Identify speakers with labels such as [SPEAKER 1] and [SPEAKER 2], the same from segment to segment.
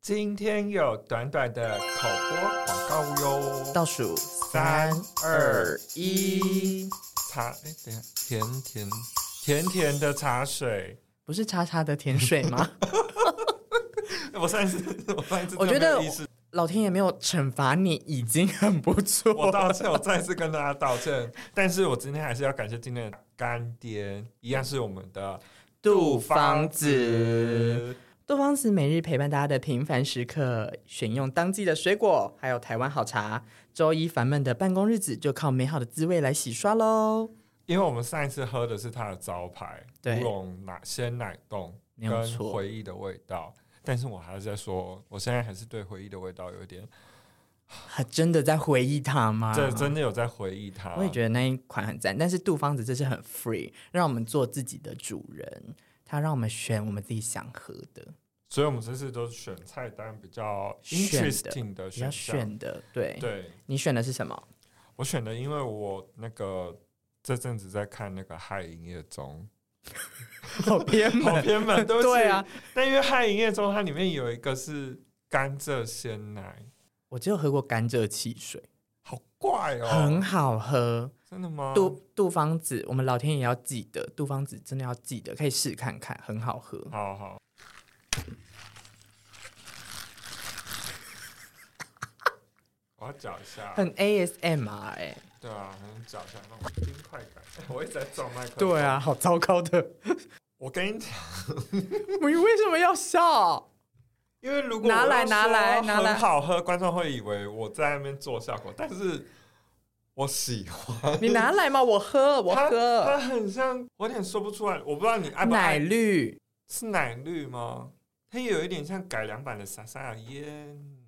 [SPEAKER 1] 今天有短短的口播广告哟，
[SPEAKER 2] 倒数
[SPEAKER 1] 三
[SPEAKER 2] 三二一，
[SPEAKER 1] 茶哎，等一下，甜甜甜甜的茶水，
[SPEAKER 2] 不是叉叉的甜水 吗？
[SPEAKER 1] 我上一次 我上一次
[SPEAKER 2] 我觉
[SPEAKER 1] 真的
[SPEAKER 2] 得
[SPEAKER 1] 没有意识
[SPEAKER 2] 老天爷没有惩罚你，已经很不
[SPEAKER 1] 我
[SPEAKER 2] 错。
[SPEAKER 1] 道歉，我再次跟大家道歉。但是我今天还是要感谢今天的干爹，一样是我们的
[SPEAKER 2] 杜芳子，，杜芳子每日陪伴大家的平凡时刻，选用当季的水果，还有台湾好茶。周一烦闷的办公日子，就靠美好的滋味来洗刷喽。
[SPEAKER 1] 因为我们上一次喝的是它的招牌
[SPEAKER 2] 对
[SPEAKER 1] 乌龙奶鲜奶冻，
[SPEAKER 2] 没有
[SPEAKER 1] 跟
[SPEAKER 2] 错
[SPEAKER 1] 回忆的味道。但是我还是在说，我现在还是对回忆的味道有一点，
[SPEAKER 2] 还啊真的在回忆他吗？
[SPEAKER 1] 这、真的有在回忆它。
[SPEAKER 2] 啊我也觉得那一款很赞，但是杜芳子这是很 free，让我们做自己的主人，他让我们选我们自己想喝的，
[SPEAKER 1] 所以我们这次都是选菜单比较
[SPEAKER 2] 选的
[SPEAKER 1] interesting 的
[SPEAKER 2] 比较
[SPEAKER 1] 选项。
[SPEAKER 2] 选的。对，
[SPEAKER 1] 对，
[SPEAKER 2] 你选的是什 么？
[SPEAKER 1] 我选的，因为我那个这阵子在看那个《嗨营业中
[SPEAKER 2] 好偏》，
[SPEAKER 1] 好
[SPEAKER 2] 门。
[SPEAKER 1] 偏门，对不起
[SPEAKER 2] 对啊，，
[SPEAKER 1] 但因为《嗨营业中》它里面有一个是甘蔗鲜奶，
[SPEAKER 2] 我只有喝过甘蔗汽水，
[SPEAKER 1] 好怪哦、
[SPEAKER 2] 很好喝。
[SPEAKER 1] 真的吗？
[SPEAKER 2] 杜杜芳子，我们老天也要记得，杜芳子真的要记得，可以试看看，很好喝。
[SPEAKER 1] 好好，我要搅一下，
[SPEAKER 2] 很 ASMR 哎、
[SPEAKER 1] 对啊，很搅一下那种冰块感。 我一直在撞麦克。
[SPEAKER 2] 对，啊，好糟糕的，
[SPEAKER 1] 我跟你讲，
[SPEAKER 2] 你为什么要笑？
[SPEAKER 1] 因为如果
[SPEAKER 2] 拿
[SPEAKER 1] 我
[SPEAKER 2] 来
[SPEAKER 1] 要
[SPEAKER 2] 拿
[SPEAKER 1] 说
[SPEAKER 2] 来拿来
[SPEAKER 1] 很好喝，观众会以为我在那边做效果，但是我喜欢。
[SPEAKER 2] 你拿来嘛，我喝，我
[SPEAKER 1] 它它
[SPEAKER 2] 喝。
[SPEAKER 1] 很像，我有点说不出来，我不知道你爱不
[SPEAKER 2] 奶
[SPEAKER 1] 爱，
[SPEAKER 2] 绿，
[SPEAKER 1] 是奶绿吗？它也有一点像改良版的撒撒椰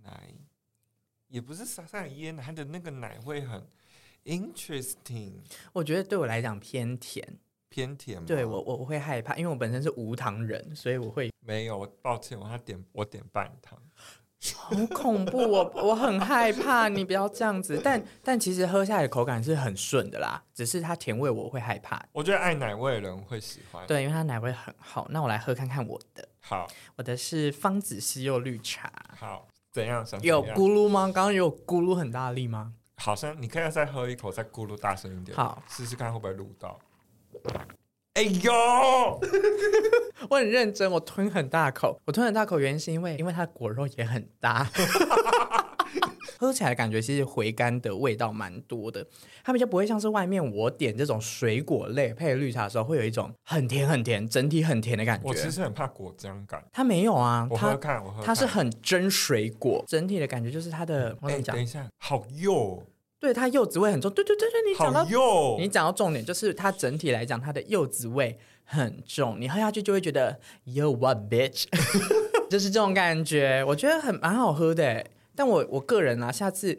[SPEAKER 1] 奶，也不是撒撒椰奶，它的那个奶味很 interesting，
[SPEAKER 2] 我觉得对我来讲偏甜，
[SPEAKER 1] 偏甜吗。
[SPEAKER 2] 对我我我会害怕，因为我本身是无糖人，所以我会
[SPEAKER 1] 没有，我抱歉，我他点我点半糖，
[SPEAKER 2] 好恐怖，哦我我很害怕，你不要这样子。但但其实喝下来的口感是很顺的啦，只是它甜味我会害怕。
[SPEAKER 1] 我觉得爱奶味的人会喜欢。
[SPEAKER 2] 对，因为它奶味很好。那我来喝看看我的，
[SPEAKER 1] 好
[SPEAKER 2] 我的是芳子西柚绿茶，
[SPEAKER 1] 好，怎样？想怎
[SPEAKER 2] 有
[SPEAKER 1] 样
[SPEAKER 2] 咕噜吗？刚刚有咕噜很大力吗？
[SPEAKER 1] 好像你可以再喝一口，再咕噜大声一点，
[SPEAKER 2] 好，
[SPEAKER 1] 试试看会不会录到。哎呦，
[SPEAKER 2] 我很认真，我吞很大口。我吞很大口，原因是因为因为它的果肉也很大， 喝起来感觉其实回甘的味道蛮多的。它比较不会像是外面我点这种水果类配绿茶的时候，会有一种很甜很甜，整体很甜的感
[SPEAKER 1] 我其
[SPEAKER 2] 觉。
[SPEAKER 1] 实很怕果浆感，
[SPEAKER 2] 它没有啊
[SPEAKER 1] 我，喝喝
[SPEAKER 2] 它
[SPEAKER 1] 看，我喝喝看
[SPEAKER 2] 它是很真水果，整体的感觉就是它的我
[SPEAKER 1] 哎、
[SPEAKER 2] 怎么讲
[SPEAKER 1] 等？一下，好幼，
[SPEAKER 2] 对，它柚子味很重。对对对对，你
[SPEAKER 1] 好
[SPEAKER 2] 讲到
[SPEAKER 1] 幼
[SPEAKER 2] 你，讲到重点，就是它整体来讲，它的柚子味很重，你喝下去就会觉得 You what bitch，就是这种感觉，我觉得很蛮好喝的。但我我个人啊，下次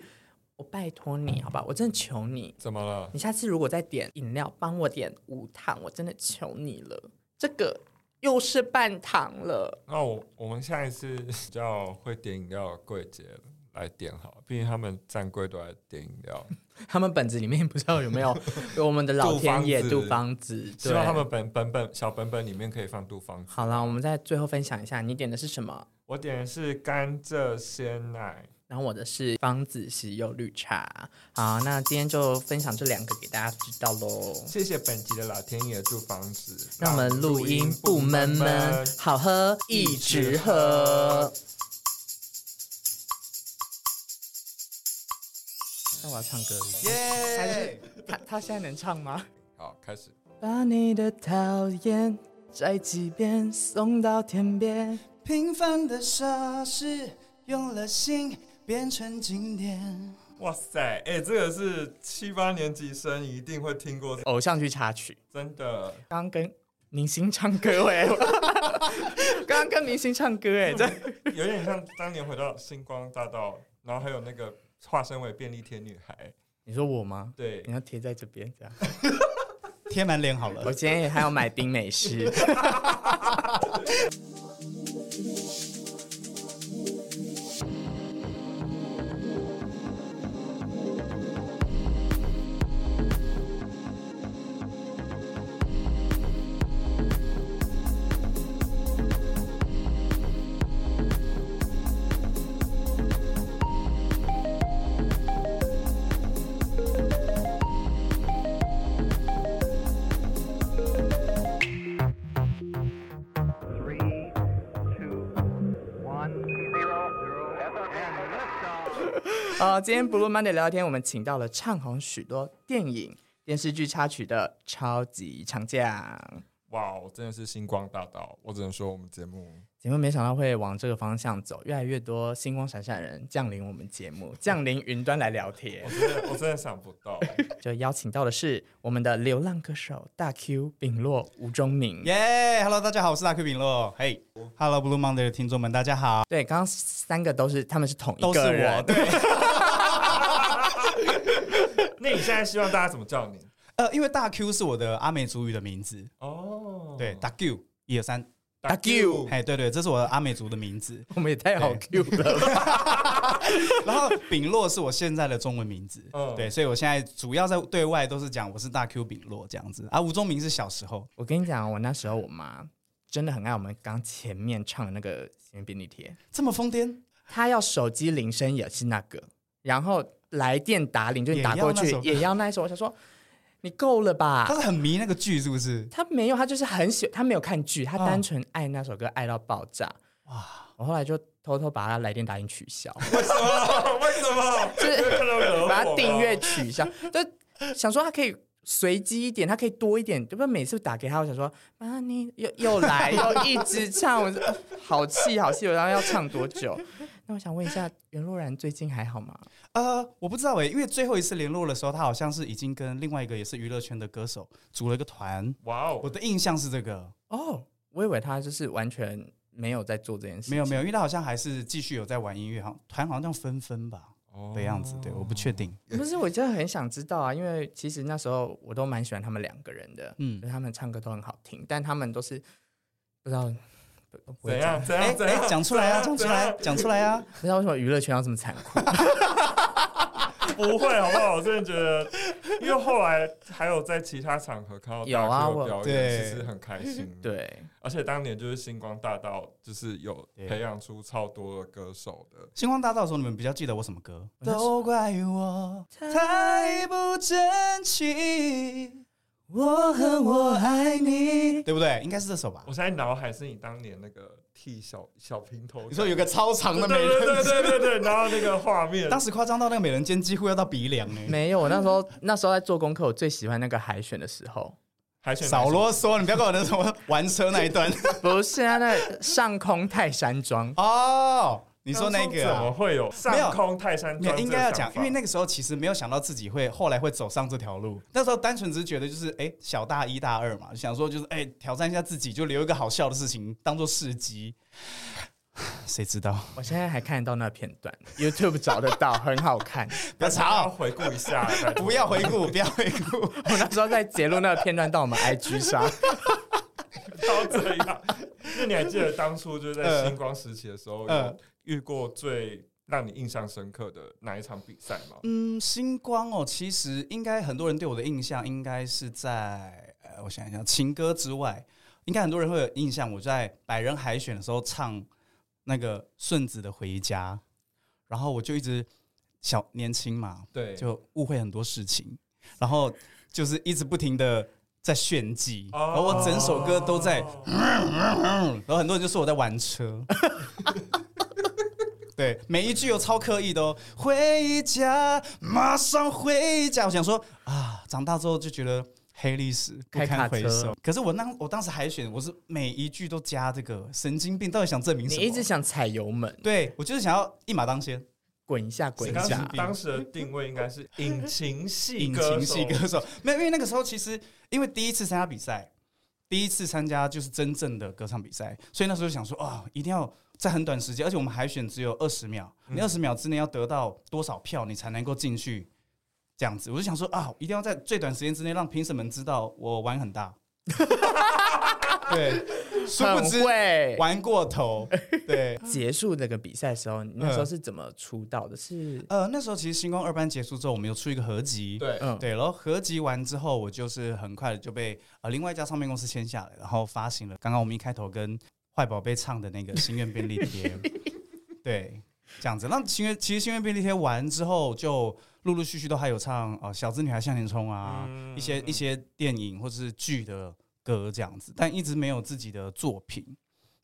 [SPEAKER 2] 我拜托你，好吧，我真的求你，
[SPEAKER 1] 怎么了？
[SPEAKER 2] 你下次如果再点饮料，帮我点无糖，我真的求你了，这个又是半糖了。
[SPEAKER 1] 那我我们下一次 比较会点饮料的柜姐来点好了，毕竟他们站柜都来点饮 料，
[SPEAKER 2] 他们本子里面不知道有没有 有我们的老天爷
[SPEAKER 1] 杜芳
[SPEAKER 2] 杜芳子，
[SPEAKER 1] 希望
[SPEAKER 2] 对
[SPEAKER 1] 他们本本本小本本里面可以放杜芳子。
[SPEAKER 2] 好了，我们再最后分享一下，你点的是什么？
[SPEAKER 1] 我点的是甘蔗鲜奶，
[SPEAKER 2] 然后我的是方子石柚绿茶。好，那今天就分享这两个给大家知道喽。
[SPEAKER 1] 谢谢本集的老天爷杜芳子，
[SPEAKER 2] 让我们录音不闷闷，好喝一直喝。那我要唱歌了，还
[SPEAKER 1] 耶
[SPEAKER 2] 是！他他现在能唱吗？
[SPEAKER 1] 好，开始。
[SPEAKER 2] 把你的讨厌摘几遍，送到天边。
[SPEAKER 3] 平凡的傻事，用了心变成经典。
[SPEAKER 1] 哇塞，哎、这个是七八年级生一定会听过，
[SPEAKER 2] 偶像剧插曲。
[SPEAKER 1] 真的。
[SPEAKER 2] 刚刚跟明星唱歌哎、 刚刚跟明星唱歌哎、真的
[SPEAKER 1] 有点像当年回到星光大道，然后还有那个化身为便利贴女孩，
[SPEAKER 2] 你说我吗？
[SPEAKER 1] 对
[SPEAKER 2] 你，要贴在这边这样。
[SPEAKER 3] 贴满脸好
[SPEAKER 2] 我
[SPEAKER 3] 了，
[SPEAKER 2] 今天也还要买冰美式。好，哦今天 Blue Monday 聊天，我们请到了唱红许多电影、电视剧插曲的超级长将。
[SPEAKER 1] 哇，我真的是星光大道，我只能说我们节目
[SPEAKER 2] 节目没想到会往这个方向走，越来越多星光闪闪人降临我们节目，降临云端来聊天
[SPEAKER 1] 我。真的我真的想不到，
[SPEAKER 2] 就邀请到的是我们的流浪歌手大 Q 丙洛吴忠明。
[SPEAKER 3] 耶、h e l l o 大家好，我是大 Q 饼洛。嘿、h e l l o Blue Monday 的听众们，大家好，
[SPEAKER 2] 对，刚刚三个都是他们是同
[SPEAKER 3] 都
[SPEAKER 2] 一
[SPEAKER 3] 是
[SPEAKER 2] 个
[SPEAKER 3] 我。
[SPEAKER 2] 人，
[SPEAKER 3] 对，
[SPEAKER 1] 那你现在希望大家怎么叫你？
[SPEAKER 3] 呃，因为大 Q 是我的阿美族语的名字，
[SPEAKER 1] 哦，
[SPEAKER 3] 对，大 Q 一二三，
[SPEAKER 2] 大 Q
[SPEAKER 3] 嘿，对对，这是我的阿美族的名字。
[SPEAKER 2] 我们也太好 Q 了吧。
[SPEAKER 3] 然后丙洛是我现在的中文名字，
[SPEAKER 1] 嗯
[SPEAKER 3] 对，所以我现在主要在对外都是讲我是大 Q 丙洛这样子啊。吴宗明是小时候，
[SPEAKER 2] 我跟你讲，我那时候我妈真的很爱我们刚前面唱的那个《新闻便利贴》，
[SPEAKER 3] 这么疯癫，
[SPEAKER 2] 她要手机铃声也是那个，然后来电打铃就你
[SPEAKER 3] 也
[SPEAKER 2] 打
[SPEAKER 3] 要
[SPEAKER 2] 过
[SPEAKER 3] 那
[SPEAKER 2] 去
[SPEAKER 3] 首歌
[SPEAKER 2] 也要那一首。我想说，你够了吧
[SPEAKER 3] 他？是很迷那个剧是不是？
[SPEAKER 2] 他没有，他就是很喜，他没有看剧，他
[SPEAKER 3] 嗯
[SPEAKER 2] 单纯爱那首歌爱到爆炸。
[SPEAKER 3] 哇，
[SPEAKER 2] 我后来就偷偷把他来电打印取 消，
[SPEAKER 1] 为什么？为什么？
[SPEAKER 2] 就是
[SPEAKER 1] 看到惹我
[SPEAKER 2] 把它
[SPEAKER 1] 吗
[SPEAKER 2] 订阅取消， 就想说他可以随机一点，他可以多一点，对不对？每次打给他，我想说啊，你又又 来又一直唱，我说呃好气好气，我然后要唱多久？ 那我想问一下，袁若然最近还好吗？
[SPEAKER 3] 呃，我不知道哎、因为最后一次联络的时候，他好像是已经跟另外一个也是娱乐圈的歌手组了一个团，
[SPEAKER 1] 哇
[SPEAKER 3] 我
[SPEAKER 1] 哦，
[SPEAKER 3] 的印象是这个，
[SPEAKER 2] 哦，我以为他就是完全没有在做这件事，
[SPEAKER 3] 没有没有，因为他好像还是继续有在玩音乐，好像团好像叫纷纷吧
[SPEAKER 1] 哦
[SPEAKER 3] 的样子，对，我不确定，
[SPEAKER 2] 有，不是，我真的很想知道啊，因为其实那时候我都蛮喜欢他们两个人的，
[SPEAKER 3] 嗯
[SPEAKER 2] 就是他们唱歌都很好听，但他们都是不知道。不不会
[SPEAKER 1] 怎
[SPEAKER 2] 讲
[SPEAKER 1] 样？怎
[SPEAKER 3] 哎
[SPEAKER 1] 样？怎样？
[SPEAKER 3] 哎，讲出来啊，讲出来，讲出来啊，
[SPEAKER 2] 不知道为什么娱乐圈要这么残酷。
[SPEAKER 1] 不会，好不好？我真的觉得，因为后来还有在其他场合看到
[SPEAKER 2] 有
[SPEAKER 1] 大
[SPEAKER 2] 啊
[SPEAKER 1] Q 的
[SPEAKER 2] 我
[SPEAKER 1] 表
[SPEAKER 3] 对
[SPEAKER 1] 演，其实很开心。，
[SPEAKER 2] 对，
[SPEAKER 1] 而且当年就是星光大道，就是有
[SPEAKER 3] 对
[SPEAKER 1] 培养出超多的歌手的。
[SPEAKER 3] 星光大道的时候，你们比较记得我什么 歌？
[SPEAKER 2] 那时候
[SPEAKER 3] 都怪我太不争气，我恨我爱你，对不对？应该是这首吧
[SPEAKER 1] 我？现在脑海是你当年那个剃小小平头，
[SPEAKER 3] 你说有个超长的美
[SPEAKER 1] 对对对
[SPEAKER 3] 人，
[SPEAKER 1] 对对对，然后那个画 面，
[SPEAKER 3] 当时夸张到那个美人尖几乎要到鼻梁 呢。
[SPEAKER 2] 没有，我那时候那时候在做功课，我最喜欢那个海选的时候，
[SPEAKER 1] 海选
[SPEAKER 3] 少
[SPEAKER 1] 落
[SPEAKER 3] 啰嗦，你不要跟我那什么玩车那一 段
[SPEAKER 2] 不是啊，那上空泰山庄，
[SPEAKER 3] 哦。你说那个
[SPEAKER 1] 怎么
[SPEAKER 3] 啊
[SPEAKER 1] 会有上空泰山
[SPEAKER 3] 没有
[SPEAKER 1] 庄？
[SPEAKER 3] 应该要讲，因为那个时候其实没有想到自己会后来会走上这条路。那时候单纯只是觉得就是哎、小大一大二嘛，想说就是哎、挑战一下自己，就留一个好笑的事情当做事迹。 谁知道？
[SPEAKER 2] 我现在还看得到那片段，YouTube 找得到，很好看。
[SPEAKER 3] 不要
[SPEAKER 1] 要
[SPEAKER 3] 吵，
[SPEAKER 1] 回顾一下，
[SPEAKER 3] 不要回顾，不要回顾。
[SPEAKER 2] 我那时候在截录那个片段到我们 IG 上，
[SPEAKER 1] 到这样。那你还记得当初就是在
[SPEAKER 3] 呃
[SPEAKER 1] 星光时期的时候，
[SPEAKER 3] 呃
[SPEAKER 1] 有遇过最让你印象深刻的哪一场比赛吗？
[SPEAKER 3] 嗯，星光哦，其实应该很多人对我的印象应该是在呃，我想一想，情歌之外，应该很多人会有印象。我在百人海选的时候唱那个顺子的《回家》，然后我就一直小年轻嘛，
[SPEAKER 1] 对，哦
[SPEAKER 3] 就误会很多事情，然后就是一直不停的在炫技，
[SPEAKER 1] 哦
[SPEAKER 3] 然后我整首歌都在，然后很多人就说我在玩车。 对，每一句有超刻意的哦，回家，马上回家。我想说啊，长大之后就觉得黑历史不
[SPEAKER 2] 开卡
[SPEAKER 3] 堪回
[SPEAKER 2] 车
[SPEAKER 3] 首。可是我当我当时海选，我是每一句都加这个神经病，到底想证明
[SPEAKER 2] 你
[SPEAKER 3] 什么？
[SPEAKER 2] 一直想踩油门，
[SPEAKER 3] 对我就是想要一马当先，
[SPEAKER 2] 滚一下滚
[SPEAKER 1] 你
[SPEAKER 2] 一
[SPEAKER 1] 当时
[SPEAKER 2] 下，
[SPEAKER 1] 当时的定位应该是引擎系
[SPEAKER 3] 引擎系
[SPEAKER 1] 歌手
[SPEAKER 3] 歌手，没有，因为那个时候其实因为第一次参加比赛，第一次参加就是真正的歌唱比赛，所以那时候就想说啊、一定要在很短时间，而且我们海选只有二十秒，你二十秒之内要得到多少票，你才能够进去。这样子，我就想说啊，一定要在最短时间之内让评审们知道我玩很大。 对，殊不
[SPEAKER 2] 很
[SPEAKER 3] 知
[SPEAKER 2] 会。
[SPEAKER 3] 玩过头。对，
[SPEAKER 2] 结束这个比赛的时候，你那时候是怎么出道的？是
[SPEAKER 3] 呃，那时候其实星光二班结束之后，我们有出一个合集。
[SPEAKER 1] 对，
[SPEAKER 2] 嗯，
[SPEAKER 3] 对，然后合集完之后，我就是很快的就被呃另外一家唱片公司签下来，然后发行了刚刚我们一开头跟坏宝贝唱的那个《心愿便利贴》， 对，这样子。那心愿其实《心愿便利贴》完之后，就陆陆续续都还有唱呃《小资女孩向前冲》啊，
[SPEAKER 1] 嗯
[SPEAKER 3] 一些一些电影或者是剧的歌这样子，但一直没有自己的作品，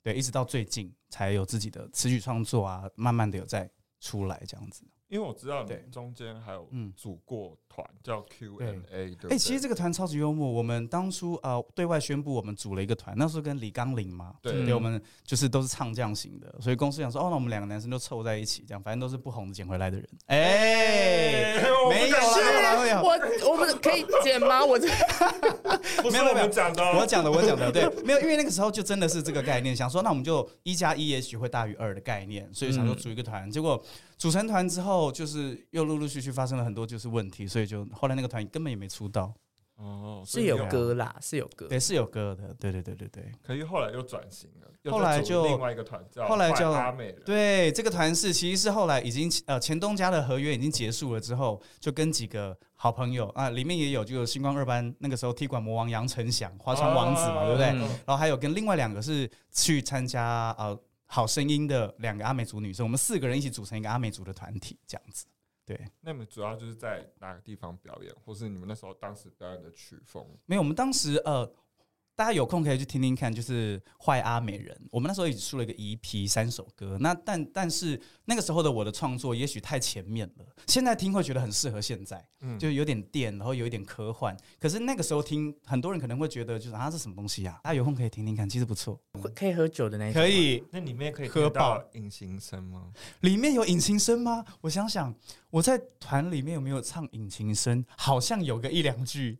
[SPEAKER 3] 对，一直到最近才有自己的词曲创作啊，慢慢的有在出来这样子。
[SPEAKER 1] 因为我知道你
[SPEAKER 3] 对
[SPEAKER 1] 中间还有
[SPEAKER 3] 嗯
[SPEAKER 1] 组过团叫 Q&A，对不
[SPEAKER 3] 哎、
[SPEAKER 1] 对？
[SPEAKER 3] 其实这个团超级幽默。我们当初呃对外宣布我们组了一个团，那时候跟李刚林嘛，
[SPEAKER 1] 对
[SPEAKER 3] 对，我们就是都是唱将型的，所以公司想说，哦，那我们两个男生就凑在一起，这样反正都是不红的捡回来的人。哎、
[SPEAKER 1] 哎我不
[SPEAKER 3] 没有
[SPEAKER 1] 敢
[SPEAKER 3] 啦，
[SPEAKER 1] 信
[SPEAKER 3] 没有啦，没有啦。
[SPEAKER 2] 啊我我们可以剪吗？我这
[SPEAKER 1] 不是
[SPEAKER 3] 没有
[SPEAKER 1] 我
[SPEAKER 3] 没有
[SPEAKER 1] 们讲的哦，
[SPEAKER 3] 我讲的，我讲的，对，没有，因为那个时候就真的是这个概念，想说那我们就一加一也许会大于二的概念，所以想
[SPEAKER 1] 嗯
[SPEAKER 3] 说组一个团，结果组成团之后，就是又陆陆续续发生了很多就是问题，所以就后来那个团根本也没出道，
[SPEAKER 1] 哦，所
[SPEAKER 2] 是
[SPEAKER 1] 以
[SPEAKER 2] 有
[SPEAKER 1] 没
[SPEAKER 2] 歌啦，是有歌。
[SPEAKER 3] 对，是有歌的，对对对对对。
[SPEAKER 1] 可是后来又转型了，又再
[SPEAKER 3] 后来
[SPEAKER 1] 组
[SPEAKER 3] 就
[SPEAKER 1] 另外一个团叫
[SPEAKER 3] 后来就
[SPEAKER 1] 坏阿美人，
[SPEAKER 3] 对，这个团是其实是后来已经呃前东家的合约已经结束了之后，就跟几个好朋友啊，里面也有就有星光二班那个时候踢馆魔王杨晨祥、花窗王子嘛，对不对？
[SPEAKER 1] 哦
[SPEAKER 3] 然后还有跟另外两个是去参加呃好声音的两个阿美族女生，我们四个人一起组成一个阿美族的团体，这样子。对，
[SPEAKER 1] 那你们主要就是在哪个地方表演，或是你们那时候当时表演的曲风？
[SPEAKER 3] 没有，我们当时呃，大家有空可以去听听看，就是《坏阿美人》，我们那时候也出了一个 EP 三首歌。那但但是那个时候的我的创作也许太前面了，现在听会觉得很适合现在，
[SPEAKER 1] 嗯
[SPEAKER 3] 就有点电，然后有一点科幻。可是那个时候听，很多人可能会觉得就是啊，这什么东西啊？大家有空可以听听看，其实不错，
[SPEAKER 2] 会可以喝酒的那一种，
[SPEAKER 3] 可以。
[SPEAKER 1] 那里面可以
[SPEAKER 3] 喝
[SPEAKER 1] 听到
[SPEAKER 3] 爆
[SPEAKER 1] 隐形声吗？
[SPEAKER 3] 里面有引擎声吗？我想想，我在团里面有没有唱引擎声？好像有个一两句，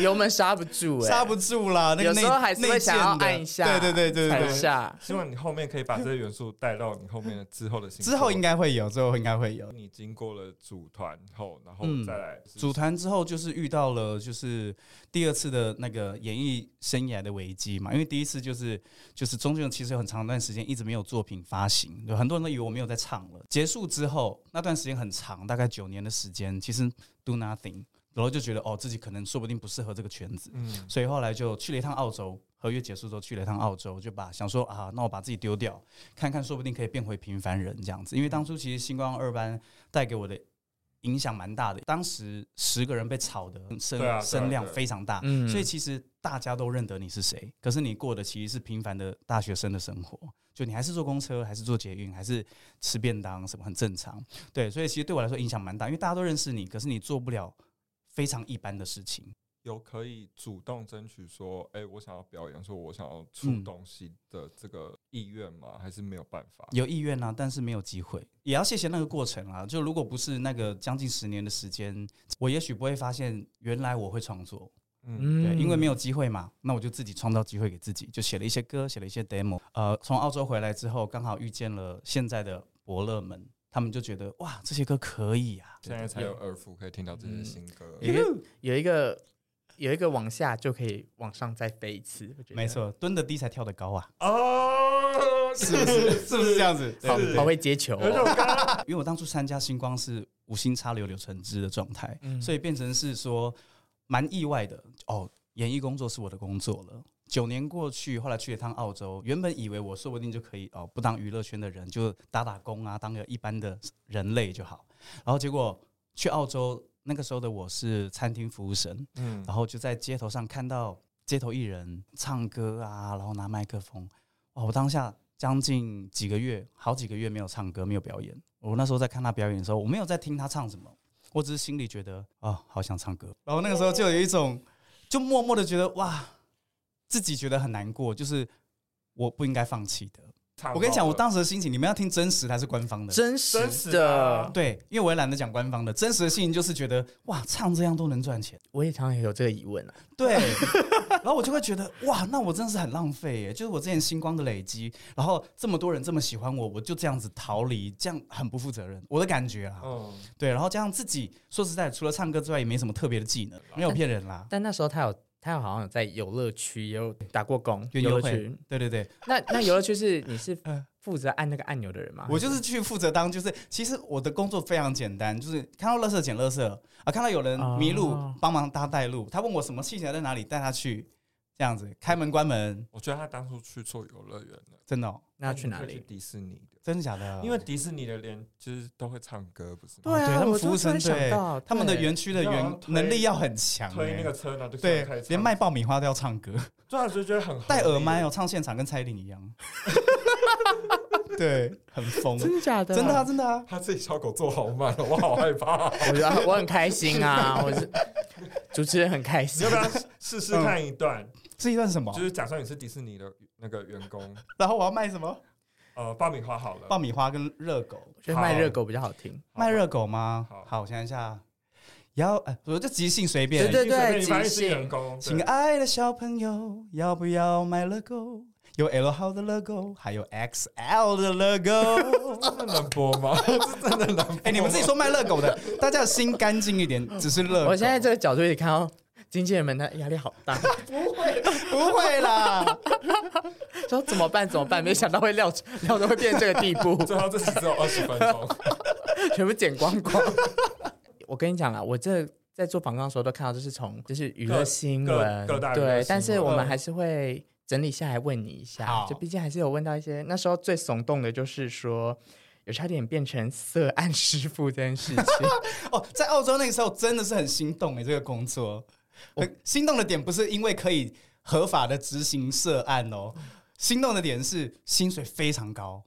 [SPEAKER 2] 油门刹不住哎、
[SPEAKER 3] 刹不住啦。啊那个
[SPEAKER 2] 有时候
[SPEAKER 3] 内
[SPEAKER 2] 还是
[SPEAKER 3] 内
[SPEAKER 2] 会想要
[SPEAKER 3] 建的
[SPEAKER 2] 按一下，
[SPEAKER 3] 对对对对
[SPEAKER 2] 踩
[SPEAKER 3] 对
[SPEAKER 2] 一 下。
[SPEAKER 1] 希望你后面可以把这些元素带到你后面的之后的新作。
[SPEAKER 3] 之后应该会有，之后应该会有。
[SPEAKER 1] 你经过了组团后，然后
[SPEAKER 3] 嗯
[SPEAKER 1] 再来是
[SPEAKER 3] 组团之后就是遇到了就是第二次的那个演艺生涯的危机嘛，因为第一次就是就是中间其实有很长一段时间一直没有作品发行，有很多人都以为我没有在唱了。结束之后那段时间很长，大概九年的时间，其实 do nothing，然后就觉得哦自己可能说不定不适合这个圈子，
[SPEAKER 1] 嗯，
[SPEAKER 3] 所以后来就去了一趟澳洲。合约结束之后去了一趟澳洲，就把想说啊，那我把自己丢掉，看看说不定可以变回平凡人这样子。因为当初其实星光二班带给我的影响蛮大的，当时十个人被炒的声、
[SPEAKER 1] 对啊对啊
[SPEAKER 3] 声量
[SPEAKER 1] 对啊
[SPEAKER 3] 非常大，
[SPEAKER 2] 嗯
[SPEAKER 3] 所以其实大家都认得你是谁，可是你过的其实是平凡的大学生的生活，就你还是坐公车，还是坐捷运，还是吃便当，什么很正常。对，所以其实对我来说影响蛮大，因为大家都认识你，可是你做不了非常一般的事情。
[SPEAKER 1] 有可以主动争取说，哎、我想要表演，说我想要出
[SPEAKER 3] 嗯
[SPEAKER 1] 东西的这个意愿吗？还是没有办法？
[SPEAKER 3] 有意愿啊，但是没有机会，也要谢谢那个过程啊。就如果不是那个将近十年的时间，我也许不会发现原来我会创作。
[SPEAKER 1] 嗯，
[SPEAKER 2] 嗯
[SPEAKER 3] 对，因为没有机会嘛，那我就自己创造机会给自己，就写了一些歌，写了一些 demo。呃，从澳洲回来之后，刚好遇见了现在的伯乐们，他们就觉得哇，这些歌可以啊。
[SPEAKER 1] 现在才有二副可以听到这些
[SPEAKER 2] 嗯
[SPEAKER 1] 新歌。
[SPEAKER 2] 有一个有一个有一个往下就可以往上再飞一次，我觉得
[SPEAKER 3] 没，错，蹲得低才跳得高啊，
[SPEAKER 1] 哦，
[SPEAKER 3] 是不是？是不是这样子？
[SPEAKER 2] 好
[SPEAKER 1] 是
[SPEAKER 2] 好会接球、
[SPEAKER 1] 而且
[SPEAKER 2] 哦。
[SPEAKER 1] 我刚刚
[SPEAKER 3] 因为我当初参加星光是无心插柳柳橙汁的状态，
[SPEAKER 2] 嗯
[SPEAKER 3] 所以变成是说蛮意外的哦。演艺工作是我的工作了，九年过去，后来去了一趟澳洲，原本以为我说不定就可以哦，不当娱乐圈的人，就打打工啊，当个一般的人类就好。然后结果去澳洲，那个时候的我是餐厅服务生，
[SPEAKER 1] 嗯
[SPEAKER 3] 然后就在街头上看到街头艺人唱歌啊，然后拿麦克风。哇，我当下将近几个月，好几个月没有唱歌，没有表演。我那时候在看他表演的时候，我没有在听他唱什么，我只是心里觉得啊、好想唱歌。然后那个时候就有一种，就默默的觉得哇，自己觉得很难过，就是我不应该放弃的。我跟你讲，我当时的心情，你们要听真实的还是官方的？
[SPEAKER 2] 真实
[SPEAKER 1] 真实的啊
[SPEAKER 3] 对，因为我也懒得讲官方的，真实的心情就是觉得哇，唱这样都能赚钱。
[SPEAKER 2] 我也常常有这个疑问啊。
[SPEAKER 3] 对，然后我就会觉得哇，那我真的是很浪费耶！就是我之前星光的累积，然后这么多人这么喜欢我，我就这样子逃离，这样很不负责任，我的感觉啊。
[SPEAKER 1] 嗯，
[SPEAKER 3] 对，然后加上自己，说实在，除了唱歌之外，也没什么特别的技能，没有骗人啦。
[SPEAKER 2] 但那时候他有他有好像有在游乐区也有打过工，
[SPEAKER 3] 园
[SPEAKER 2] 游
[SPEAKER 3] 游
[SPEAKER 2] 乐
[SPEAKER 3] 会
[SPEAKER 2] 区。，
[SPEAKER 3] 对对对，
[SPEAKER 2] 那那游乐区是你是
[SPEAKER 3] 嗯
[SPEAKER 2] 负责按那个按钮的人
[SPEAKER 1] 啊
[SPEAKER 2] 吗？
[SPEAKER 3] 我就是去负责当，就是其实我的工作非常简单，就是看到垃圾捡垃圾啊，看到有人迷路
[SPEAKER 2] 哦
[SPEAKER 3] 帮忙他带路，他问我什么器材在哪里，带他去，这样子开门关门，
[SPEAKER 1] 我觉得他当初去做游乐园的，
[SPEAKER 3] 真的、哦，
[SPEAKER 2] 那要去哪
[SPEAKER 1] 他可以
[SPEAKER 2] 里
[SPEAKER 1] 去？哦迪士尼的，
[SPEAKER 3] 真的假的？
[SPEAKER 1] 因为迪士尼的连就是都会唱歌，不是吗？
[SPEAKER 3] 哦对他们
[SPEAKER 2] 啊我
[SPEAKER 3] 服
[SPEAKER 2] 就
[SPEAKER 3] 务
[SPEAKER 2] 突然
[SPEAKER 3] 生
[SPEAKER 2] 想
[SPEAKER 3] 对
[SPEAKER 2] 到
[SPEAKER 3] 他们的
[SPEAKER 2] 对
[SPEAKER 3] 园区的
[SPEAKER 1] 你知道
[SPEAKER 3] 员
[SPEAKER 1] 吗推
[SPEAKER 3] 能力要很强、
[SPEAKER 1] 推那
[SPEAKER 3] 欸
[SPEAKER 1] 个车呢，就
[SPEAKER 3] 对
[SPEAKER 1] 开始，
[SPEAKER 3] 连
[SPEAKER 1] 唱
[SPEAKER 3] 卖爆米花都 要唱歌，
[SPEAKER 1] 对啊，就觉得很合
[SPEAKER 3] 戴耳哦
[SPEAKER 1] 理
[SPEAKER 3] 麦哦，唱现场跟蔡依林一样。 对，很疯，
[SPEAKER 2] 真的假的？
[SPEAKER 3] 真的啊，真的啊。
[SPEAKER 1] 他自己小狗做好慢哦，我好害怕、哦。
[SPEAKER 2] 我觉得我很开心啊，我 是主持人很开
[SPEAKER 1] 你
[SPEAKER 2] 心
[SPEAKER 1] 要不。要试试看一 段？
[SPEAKER 3] 这一段是什么
[SPEAKER 1] 就？是假设你是迪士尼的那个员 工，
[SPEAKER 3] 然后我要卖什么？
[SPEAKER 1] 呃，爆米花好了，
[SPEAKER 3] 爆米花跟热狗，
[SPEAKER 2] 我觉得卖热狗比较好听，
[SPEAKER 1] 好吧
[SPEAKER 3] 卖热狗吗
[SPEAKER 1] 好？
[SPEAKER 3] 好，我想一下，要呃，我就即兴随
[SPEAKER 2] 对
[SPEAKER 3] 便。
[SPEAKER 2] 对
[SPEAKER 1] 你随便
[SPEAKER 2] 即
[SPEAKER 1] 你反正是
[SPEAKER 2] 兴
[SPEAKER 1] 员工，
[SPEAKER 3] 亲
[SPEAKER 1] 对
[SPEAKER 3] 爱的小朋友，要不要买热狗？有 L 号的热狗，还有 XL 的热狗。
[SPEAKER 1] 这能播吗？这真的能播吗？
[SPEAKER 3] 哎、你们自己说卖热狗的，大家心干净一点，只是热狗。
[SPEAKER 2] 我现在这个角度也看到经纪人们的压力好大，
[SPEAKER 3] 不会啦，
[SPEAKER 2] 说怎么办怎么办？没想到会料料都会变这个地步，
[SPEAKER 1] 最后这集只有二十分 钟，
[SPEAKER 2] 全部剪光 光。我跟你讲啦，我这在做广告的时候都看到，就是从就是娱乐新闻
[SPEAKER 1] 各各大娱乐新
[SPEAKER 2] 对
[SPEAKER 1] 闻，
[SPEAKER 2] 但是我们还是会整理下来问你一下
[SPEAKER 3] 好，
[SPEAKER 2] 就毕竟还是有问到一些那时候最耸动的就是说。有差点变成色案师傅这件事情，
[SPEAKER 3] 哦，在澳洲那个时候真的是很心动哎、这个工作，很心动的点不是因为可以合法的执行涉案哦，心动的点是薪水非常高，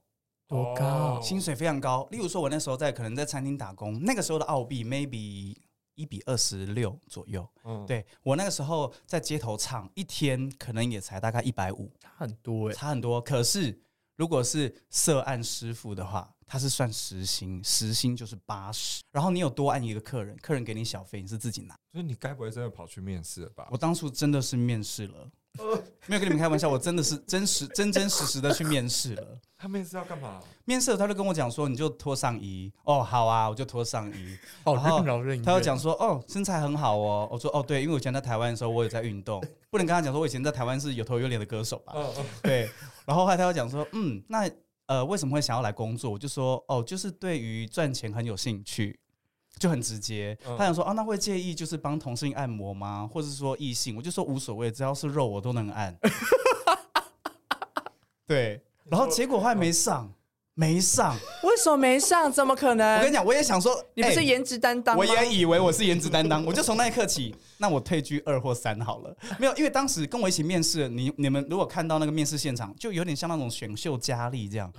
[SPEAKER 2] 多高
[SPEAKER 1] 哦
[SPEAKER 3] 薪水非常高。例如说，我那时候在可能在餐厅打工，那个时候的澳币 maybe 一比二十六左右，
[SPEAKER 1] 嗯，
[SPEAKER 3] 对我那个时候在街头唱一天可能也才大概一百五，
[SPEAKER 2] 差很多哎、
[SPEAKER 3] 差很多。可是如果是涉案师傅的话，他是算时薪，时薪就是八十。然后你有多按一个客人，客人给你小费，你是自己拿。
[SPEAKER 1] 所以你该不会真的跑去面试了
[SPEAKER 2] 啊
[SPEAKER 1] 吧？
[SPEAKER 3] 我当初真的是面试了，
[SPEAKER 2] 呃
[SPEAKER 3] 没有跟你们开玩笑，我真的是 真实真真实实的去面试了。
[SPEAKER 1] 他面试要干嘛？
[SPEAKER 3] 面试了他就跟我讲说，你就脱上衣。哦，好啊，我就脱上衣。
[SPEAKER 2] 好
[SPEAKER 3] 然
[SPEAKER 2] 哦
[SPEAKER 3] 后
[SPEAKER 2] 任劳任怨。
[SPEAKER 3] 他又讲说，哦，身材很好哦。我说，哦，对，因为我以前在台湾的时候，我也在运动，不能跟他讲说我以前在台湾是有头有脸的歌手吧。
[SPEAKER 1] 嗯嗯，
[SPEAKER 3] 对，然后后来他又讲说，嗯，那呃，为什么会想要来工作？我就说，哦，就是对于赚钱很有兴趣，就很直接。
[SPEAKER 1] 嗯
[SPEAKER 3] 他想说，啊，那会介意就是帮同性按摩吗？或者是说异性？我就说无所谓，只要是肉我都能按。 对，然后结果后来没上，没上。
[SPEAKER 2] 为什么没上？怎么可能？
[SPEAKER 3] 我跟你讲，我也想说，
[SPEAKER 2] 你不是
[SPEAKER 3] 哎
[SPEAKER 2] 颜值担当吗？
[SPEAKER 3] 我也以为我是颜值担当，我就从那一刻起，那我退居二或三好了。没有，因为当时跟我一起面试，你你们如果看到那个面试现场，就有点像那种选秀佳丽这样，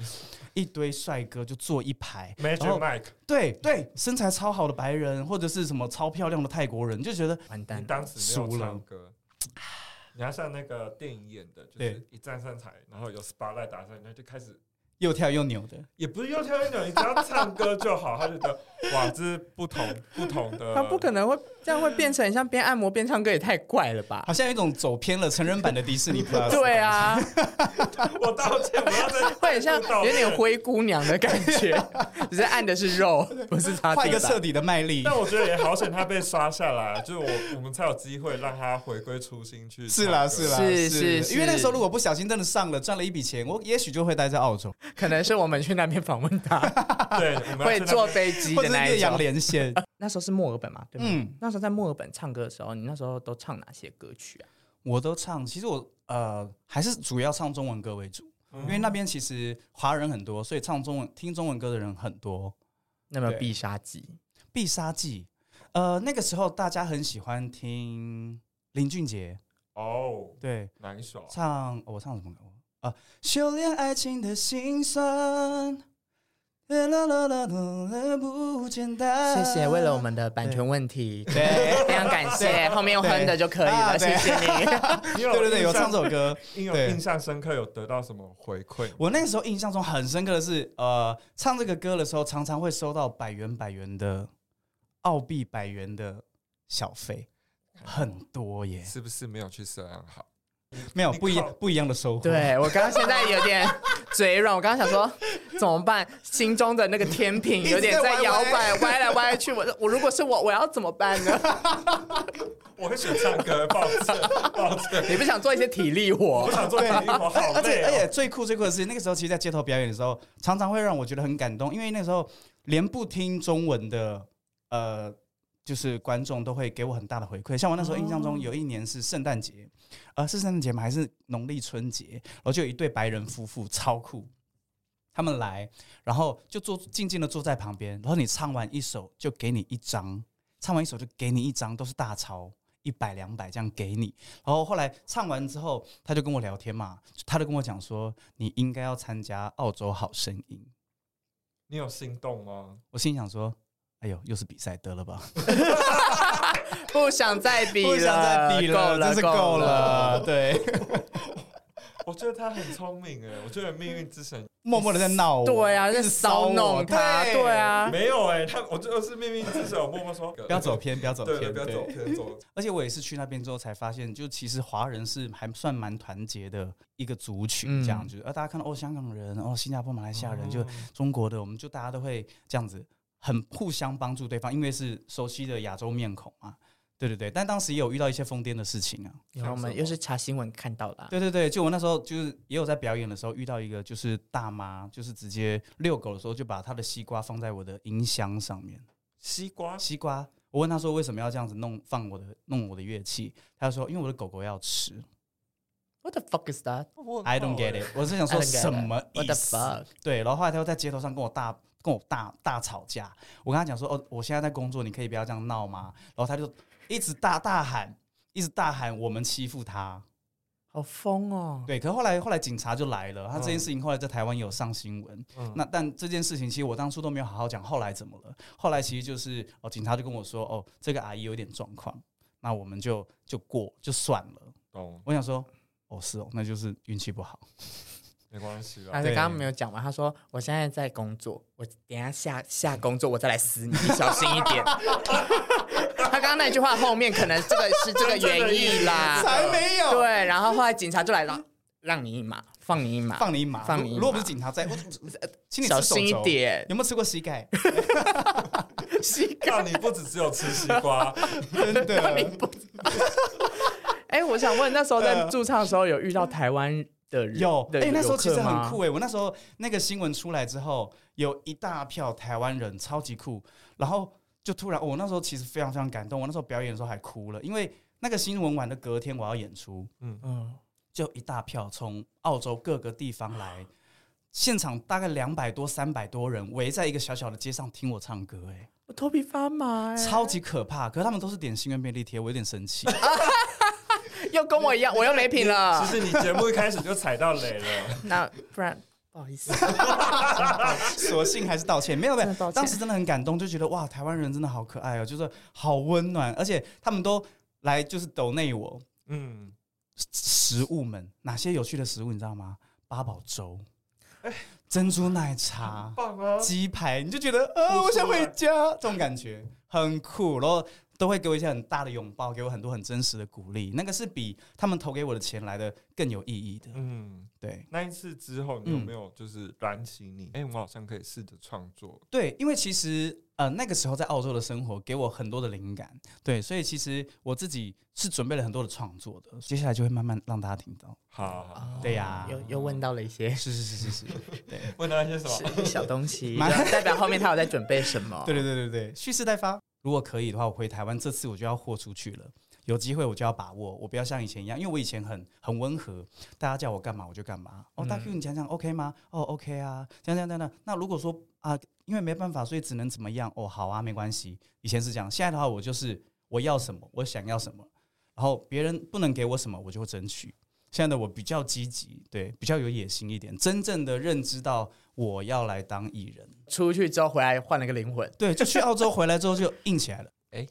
[SPEAKER 3] 一堆帅哥就坐一排，然
[SPEAKER 1] Magic
[SPEAKER 3] 后
[SPEAKER 1] Mike，
[SPEAKER 3] 对对，身材超好的白人或者是什么超漂亮的泰国人，就觉得
[SPEAKER 2] 完
[SPEAKER 1] 你
[SPEAKER 2] 蛋，
[SPEAKER 1] 当时没有
[SPEAKER 3] 输了
[SPEAKER 1] 唱歌， 你要像那个电影演的，就是
[SPEAKER 3] 对
[SPEAKER 1] 一站上台，然后有 spotlight 打上，那就开始。
[SPEAKER 3] 又跳又扭的。
[SPEAKER 1] 也不是又跳又扭，你只要唱歌就好。他觉得哇，这是不同不同的，
[SPEAKER 2] 他不可能会这样，会变成像边按摩边唱歌，也太怪了吧
[SPEAKER 3] 好？像有一种走偏了成人版的迪士尼 Plus，
[SPEAKER 2] 对啊，
[SPEAKER 1] 我道歉，我要再
[SPEAKER 2] 会很像
[SPEAKER 1] 道
[SPEAKER 2] 有
[SPEAKER 1] 歉
[SPEAKER 2] 点灰姑娘的感觉， 只是按的是肉，不是擦
[SPEAKER 3] 换一
[SPEAKER 2] 地
[SPEAKER 3] 个彻
[SPEAKER 2] 板。
[SPEAKER 3] 底的卖力，
[SPEAKER 1] 但我觉得也好险，他被刷下来，就是我我们才有机会让他回归初心去唱
[SPEAKER 3] 是
[SPEAKER 1] 歌。
[SPEAKER 3] 啦是啦
[SPEAKER 2] 是是
[SPEAKER 3] 因为那
[SPEAKER 2] 是
[SPEAKER 3] 时候如果不小心真的上了赚了一笔钱，我也许就会待在澳洲，
[SPEAKER 2] 可能是我们去那边访问 他，
[SPEAKER 1] 对，我们要去
[SPEAKER 2] 会
[SPEAKER 1] 那边
[SPEAKER 2] 坐飞机
[SPEAKER 3] 或
[SPEAKER 2] 的
[SPEAKER 3] 者是
[SPEAKER 2] 那
[SPEAKER 3] 岳
[SPEAKER 2] 一
[SPEAKER 3] 阳
[SPEAKER 2] 种。
[SPEAKER 3] 连线。
[SPEAKER 2] 那时候是墨尔本嘛，对吗？
[SPEAKER 3] 嗯
[SPEAKER 2] 那时候在墨尔本唱歌的时候，你那时候都唱哪些歌曲啊？
[SPEAKER 3] 我都唱，其实我呃还是主要唱中文歌为主，
[SPEAKER 1] 嗯
[SPEAKER 3] 因为那边其实华人很多，所以唱中文听中文歌的人很多。
[SPEAKER 2] 那么
[SPEAKER 3] 对
[SPEAKER 2] 必杀技，
[SPEAKER 3] 必杀技，呃，那个时候大家很喜欢听林俊杰，
[SPEAKER 1] 哦，
[SPEAKER 3] 对，
[SPEAKER 1] 哪一首啊？
[SPEAKER 3] 唱、哦我唱什么歌？啊，修炼爱情的辛酸。啦啦啦啦啦，不简单。
[SPEAKER 2] 谢谢。为了我们的版权问题，
[SPEAKER 3] 对
[SPEAKER 2] 非常感谢，后面用哼的就可以
[SPEAKER 3] 啊
[SPEAKER 2] 了，
[SPEAKER 3] 对
[SPEAKER 2] 谢谢你。
[SPEAKER 1] 你
[SPEAKER 3] 对对对，有唱这首歌。
[SPEAKER 1] 你有
[SPEAKER 3] 对
[SPEAKER 1] 印象深刻，有得到什么回馈？
[SPEAKER 3] 我那个时候印象中很深刻的是，呃，唱这个歌的时候，常常会收到百元、百元的澳币、百元的小费，很多耶，
[SPEAKER 1] 是不是没有去摄影好？
[SPEAKER 3] 没有
[SPEAKER 1] 你靠
[SPEAKER 3] 不一样不一样的收获。，
[SPEAKER 2] 对我刚刚现在有点嘴软，我刚刚想说怎么办，心中的那个天 平有点在摇摆，歪来歪去。我我如果是我，我要怎么办呢？
[SPEAKER 1] 我会选唱歌，抱歉，抱歉，
[SPEAKER 2] 你不想做一些体力
[SPEAKER 1] 我
[SPEAKER 2] 活？
[SPEAKER 1] 想做体力活，好
[SPEAKER 3] 哎而且而
[SPEAKER 1] 累
[SPEAKER 3] 且
[SPEAKER 1] 哦。
[SPEAKER 3] 最酷最酷的是，那个时候其实，在街头表演的时候，常常会让我觉得很感动，因为那时候连不听中文的呃，就是观众都会给我很大的回馈。像我那时候印象
[SPEAKER 1] 哦
[SPEAKER 3] 中，有一年是圣诞节，呃，是圣诞节吗？还是农历春节？然后就有一对白人夫妇超酷，他们来，然后就坐静静的坐在旁边，然后你唱完一首就给你一张，唱完一首就给你一张，都是大钞。一百两百这样给你。然后后来唱完之后，他就跟我聊天嘛，他就跟我讲说，你应该要参加澳洲好声音。
[SPEAKER 1] 你有心动吗？
[SPEAKER 3] 我心想说，哎呦，又是比赛，得了吧，
[SPEAKER 2] 不想再比了，
[SPEAKER 3] 不想再比
[SPEAKER 2] 够了，
[SPEAKER 3] 真是够了。。对，
[SPEAKER 1] 我觉得他很聪明哎，我觉得命运之神
[SPEAKER 3] 默默的在闹我，
[SPEAKER 2] 对啊，
[SPEAKER 3] 一
[SPEAKER 2] 在
[SPEAKER 3] 直
[SPEAKER 2] 骚弄
[SPEAKER 3] 我
[SPEAKER 2] 他，
[SPEAKER 3] 对
[SPEAKER 2] 对，啊，
[SPEAKER 1] 没有哎，他我就是命运之神，我默默说
[SPEAKER 3] 不要走，偏，不要走
[SPEAKER 1] 对对，
[SPEAKER 3] 偏，
[SPEAKER 1] 不要走偏走。
[SPEAKER 3] 而且我也是去那边之后才发现，就其实华人是还算蛮团结的一个族群，这样
[SPEAKER 2] 嗯
[SPEAKER 3] 子。而大家看到哦，香港人，哦，新加坡、马来西亚人，就
[SPEAKER 1] 哦
[SPEAKER 3] 中国的，我们就大家都会这样子，很互相帮助对方，因为是熟悉的亚洲面孔嘛。对对对，但当时也有遇到一些疯癫的事情啊。
[SPEAKER 2] 然后我们又是查新闻看到的啊、
[SPEAKER 3] 对对对，就我那时候就是也有在表演的时候遇到一个就是大妈，就是直接遛狗的时候就把她的西瓜放在我的音箱上面。
[SPEAKER 1] 西瓜
[SPEAKER 3] 西瓜，我问他说为什么要这样子弄放我的弄我的乐器，他说因为我的狗狗要吃。
[SPEAKER 2] What the fuck is that？
[SPEAKER 3] I don't get it，我是想
[SPEAKER 2] Oh, I
[SPEAKER 3] 说
[SPEAKER 2] don't get it.
[SPEAKER 3] 什么
[SPEAKER 2] What
[SPEAKER 3] 意
[SPEAKER 2] the
[SPEAKER 3] 思
[SPEAKER 2] fuck？？
[SPEAKER 3] 对，然后后来他又在街头上跟我大跟我大大吵架，我跟他讲说哦，我现在在工作，你可以不要这样闹吗？然后他就一直大大喊，一直大喊我们欺负他。
[SPEAKER 2] 好疯哦！
[SPEAKER 3] 对，可是后来后来警察就来了，他这件
[SPEAKER 1] 嗯
[SPEAKER 3] 事情后来在台湾也有上新闻。
[SPEAKER 1] 嗯
[SPEAKER 3] 那但这件事情其实我当初都没有好好讲，后来怎么了？后来其实就是哦，警察就跟我说哦，这个阿姨有点状况，那我们就就过就算了。
[SPEAKER 1] 懂
[SPEAKER 3] 我想说哦是哦，那就是运气不好。
[SPEAKER 1] 没关系
[SPEAKER 2] 但
[SPEAKER 1] 啦。
[SPEAKER 2] 是
[SPEAKER 3] 对
[SPEAKER 2] 刚刚没有讲完，他说我现在在工作，我等一下下下工作我再来撕你，你小心一点。 他刚刚那句话后面可能这个是这个原意啦，
[SPEAKER 1] 才
[SPEAKER 3] 没有
[SPEAKER 2] 对。然后后来警察就来了，让你一马，放你一马，
[SPEAKER 3] 放你一马，
[SPEAKER 2] 啊放你一
[SPEAKER 3] 如果不
[SPEAKER 2] 马
[SPEAKER 3] 是警察在， 我请你
[SPEAKER 2] 小心一。点，
[SPEAKER 3] 有没有吃过 膝盖？
[SPEAKER 2] 膝盖
[SPEAKER 1] 看你不只只有吃西瓜，
[SPEAKER 3] 真
[SPEAKER 2] 你
[SPEAKER 3] 的
[SPEAKER 2] 不。哎，我想问，那时候在
[SPEAKER 3] 呃
[SPEAKER 2] 驻唱的时候有遇到台湾的人？
[SPEAKER 3] 有哎、
[SPEAKER 2] 的
[SPEAKER 3] 那时候
[SPEAKER 2] 游
[SPEAKER 3] 其
[SPEAKER 2] 客
[SPEAKER 3] 实很
[SPEAKER 2] 吗
[SPEAKER 3] 酷哎、我那时候那个新闻出来之后，有一大票台湾人超级酷，然后就突然，我那时候其实非常非常感动，我那时候表演的时候还哭了，因为那个新闻完的隔天我要演出，
[SPEAKER 2] 嗯，
[SPEAKER 3] 就一大票从澳洲各个地方来，现场大概两百多、三百多人围在一个小小的街上听我唱歌、哎。
[SPEAKER 2] 我头皮发麻，哎
[SPEAKER 3] 超级可怕，可是他们都是点心愿便利贴，我有点生气。
[SPEAKER 2] 哎又跟我一样，我又没品了
[SPEAKER 1] 其。实你节目一开始就踩到雷了。
[SPEAKER 2] 那不然不好意 思，
[SPEAKER 3] 索性还是道歉，没有没
[SPEAKER 2] 真的
[SPEAKER 3] 有，
[SPEAKER 2] 道歉
[SPEAKER 3] 当时真的很感动，就觉得哇，台湾人真的好可爱哦，就是好温暖，而且他们都来就是抖内我
[SPEAKER 1] 嗯，
[SPEAKER 3] 食物们，哪些有趣的食物你知道吗？八宝粥、珍珠奶茶、
[SPEAKER 1] 棒啊！
[SPEAKER 3] 鸡排，你就觉得啊，我想回家，这种感觉很酷，然后。都会给我一些很大的拥抱，给我很多很真实的鼓励，那个是比他们投给我的钱来的更有意义的。
[SPEAKER 1] 嗯，
[SPEAKER 3] 对，
[SPEAKER 1] 那一次之后，你有没有就是燃起你？哎、我好像可以试着创作。
[SPEAKER 3] 对，因为其实呃那个时候在澳洲的生活给我很多的灵感，对，所以其实我自己是准备了很多的创作的，接下来就会慢慢让大家听到。
[SPEAKER 1] 好，好好
[SPEAKER 3] 对呀
[SPEAKER 2] 又又问到了一些
[SPEAKER 3] 是是是是是，
[SPEAKER 1] 问他一些什么？
[SPEAKER 2] 小东西，
[SPEAKER 3] 哦蛮
[SPEAKER 2] 然后代表后面他有在准备什么？
[SPEAKER 3] 对对对对对，蓄势待发。如果可以的话，我回台湾这次我就要豁出去了，有机会我就要把握，我不要像以前一样，因为我以前很很温和，大家叫我干嘛我就干嘛。哦，大 Q 你讲讲 OK 吗？哦 OK 啊，讲讲讲讲。那如果说啊，因为没办法，所以只能怎么样？哦，好啊，没关系。以前是这样，啊现在的话我就是我要什么，我想要什么，然后别人不能给我什么，我就会争取。现在的我比较积极，对，比较有野心一点，真正的认知到我要来当艺人。
[SPEAKER 2] 出去之后回来换了个灵魂，
[SPEAKER 3] 对，就去澳洲回来之后就硬起来了。
[SPEAKER 1] 哎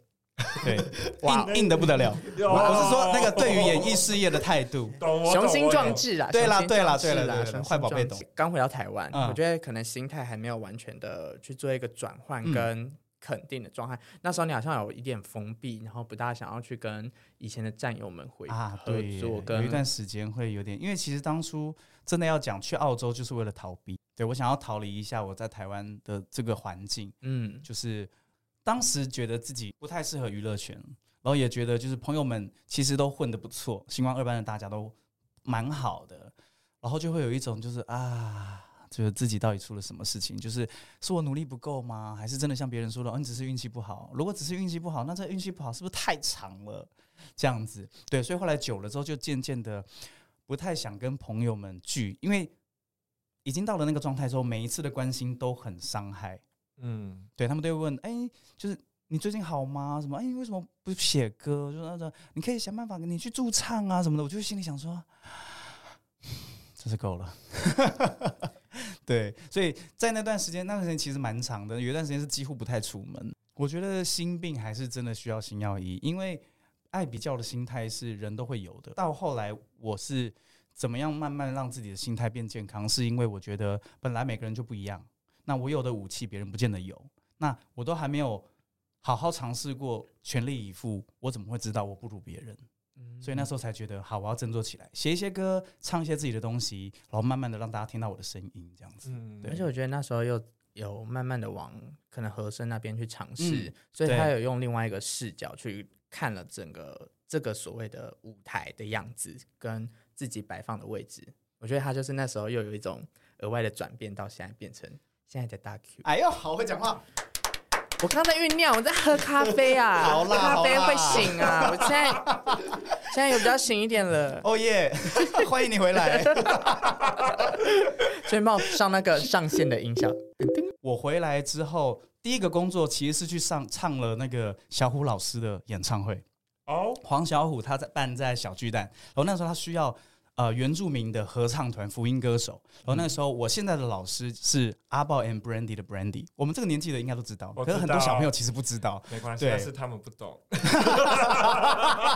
[SPEAKER 3] 对，
[SPEAKER 2] 哇
[SPEAKER 3] 硬硬的不得了。我我是说那个对于演艺事业的态度。
[SPEAKER 1] 懂我
[SPEAKER 2] 雄心壮
[SPEAKER 1] 懂
[SPEAKER 2] 志啦！
[SPEAKER 3] 对啦
[SPEAKER 2] 雄心壮志
[SPEAKER 3] 对啦对啦对啦
[SPEAKER 2] 雄心
[SPEAKER 3] 坏宝贝
[SPEAKER 2] 壮志
[SPEAKER 3] 懂。
[SPEAKER 2] 刚回到台湾，
[SPEAKER 3] 嗯
[SPEAKER 2] 我觉得可能心态还没有完全的去做一个转换
[SPEAKER 3] 嗯
[SPEAKER 2] 跟肯定的状态。那时候你好像有一点封闭，然后不大想要去跟以前的战友们回
[SPEAKER 3] 啊，
[SPEAKER 2] 合
[SPEAKER 3] 对耶，
[SPEAKER 2] 作，
[SPEAKER 3] 有
[SPEAKER 2] 跟
[SPEAKER 3] 一段时间会有点，因为其实当初真的要讲去澳洲就是为了逃避，对我想要逃离一下我在台湾的这个环境，
[SPEAKER 2] 嗯
[SPEAKER 3] 就是当时觉得自己不太适合娱乐圈，然后也觉得就是朋友们其实都混得不错，星光二班的大家都蛮好的，然后就会有一种就是啊，就是自己到底出了什么事情？就是是我努力不够吗？还是真的像别人说的，哦，你只是运气不好？如果只是运气不好，那这运气不好是不是太长了？这样子，对，所以后来久了之后，就渐渐的不太想跟朋友们聚，因为已经到了那个状态之后，每一次的关心都很伤害。
[SPEAKER 1] 嗯，
[SPEAKER 3] 对他们都会问，哎、就是你最近好吗？什么？哎，你为什么不写歌？就那种，你可以想办法，你去驻唱啊什么的。我就心里想说，真是够了。 对，所以在那段时间，那段时间其实蛮长的，有一段时间是几乎不太出门。我觉得心病还是真的需要心药医，因为爱比较的心态是人都会有的。到后来，我是怎么样慢慢让自己的心态变健康，是因为我觉得本来每个人就不一样，那我有的武器别人不见得有，那我都还没有好好尝试过，全力以赴，我怎么会知道我不如别人？所以那时候才觉得，好，我要振作起来，写一些歌，唱一些自己的东西，然后慢慢的让大家听到我的声音，这样子。
[SPEAKER 1] 嗯，
[SPEAKER 3] 对
[SPEAKER 2] 而且我觉得那时候又有慢慢的往可能和声那边去尝试，
[SPEAKER 3] 嗯
[SPEAKER 2] 所以他
[SPEAKER 3] 对
[SPEAKER 2] 有用另外一个视角去看了整个这个所谓的舞台的样子跟自己摆放的位置。我觉得他就是那时候又有一种额外的转变，到现在变成现在的大 Q。
[SPEAKER 3] 哎呦，好会讲话，
[SPEAKER 2] 我刚才酝酿，我在喝咖啡 啊，
[SPEAKER 3] 好啦
[SPEAKER 2] 喝咖啡
[SPEAKER 3] 好啦
[SPEAKER 2] 会醒啊。我现在现在有比较醒一点了，
[SPEAKER 3] 哦耶， 欢迎你回来。
[SPEAKER 2] 所以帮我上那个上线的音效。
[SPEAKER 3] 我回来之后，第一个工作其实是去上唱了那个小虎老师的演唱会。
[SPEAKER 1] 哦，
[SPEAKER 3] 黄小虎他在办在小巨蛋，然后那时候他需要呃原住民的合唱团福音歌手，然后那时候我现在的老师是阿豹 and Brandy 的 Brandy，我们这个年纪的应该都知道，
[SPEAKER 1] 我
[SPEAKER 3] 可是很
[SPEAKER 1] 知
[SPEAKER 3] 多
[SPEAKER 1] 道
[SPEAKER 3] 小朋友其实不知道，
[SPEAKER 1] 没关系，
[SPEAKER 3] 对
[SPEAKER 1] 但是他们不懂。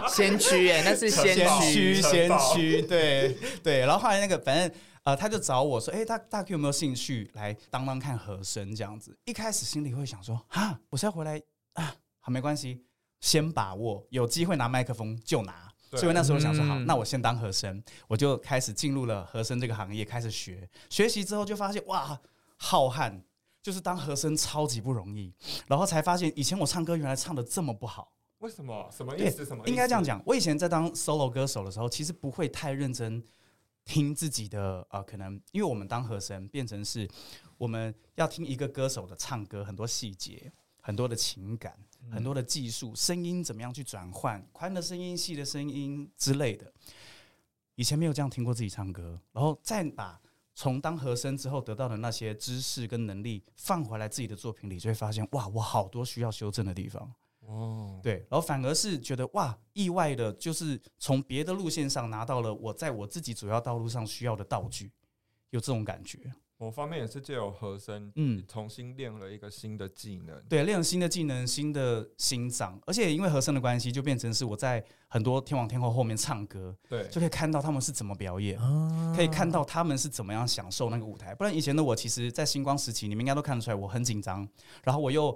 [SPEAKER 2] 先驱耶、那是先
[SPEAKER 1] 先驱。
[SPEAKER 2] 驱
[SPEAKER 3] 驱先驱，对对。然后后来那个反正呃，他就找我说，哎、大大 Q 有没有兴趣来当当看和声这样子？一开始心里会想说，啊，我是要回来啊，好没关系，先把握，有机会拿麦克风就拿。
[SPEAKER 1] 对
[SPEAKER 3] 所以我那时候想说，好，
[SPEAKER 2] 嗯
[SPEAKER 3] 那我先当和声，我就开始进入了和声这个行业，开始学。学习之后就发现，哇，浩瀚，就是当和声超级不容易。然后才发现，以前我唱歌原来唱的这么不好。
[SPEAKER 1] 为什么？什么意
[SPEAKER 3] 对
[SPEAKER 1] 思？什么意思？
[SPEAKER 3] 应该这样讲，我以前在当 solo 歌手的时候，其实不会太认真听自己的呃，可能因为我们当和声变成是我们要听一个歌手的唱歌，很多细节、很多的情感、
[SPEAKER 1] 嗯
[SPEAKER 3] 很多的技术、声音怎么样去转换，宽的声音、细的声音之类的。以前没有这样听过自己唱歌，然后再把从当和声之后得到的那些知识跟能力放回来自己的作品里，就会发现哇，我好多需要修正的地方。
[SPEAKER 1] 哦，
[SPEAKER 3] 对，然后反而是觉得哇，意外的，就是从别的路线上拿到了我在我自己主要道路上需要的道具，有这种感觉。
[SPEAKER 1] 某方面也是借由和声，
[SPEAKER 3] 嗯，
[SPEAKER 1] 重新练了一个新的技能。
[SPEAKER 3] 对，练了新的技能、新的心脏，而且因为和声的关系，就变成是我在很多天王天后后面唱歌，
[SPEAKER 1] 对，
[SPEAKER 3] 就可以看到他们是怎么表演。
[SPEAKER 2] 哦
[SPEAKER 3] 可以看到他们是怎么样享受那个舞台。不然以前的我，其实，在星光时期，你们应该都看得出来，我很紧张，然后我又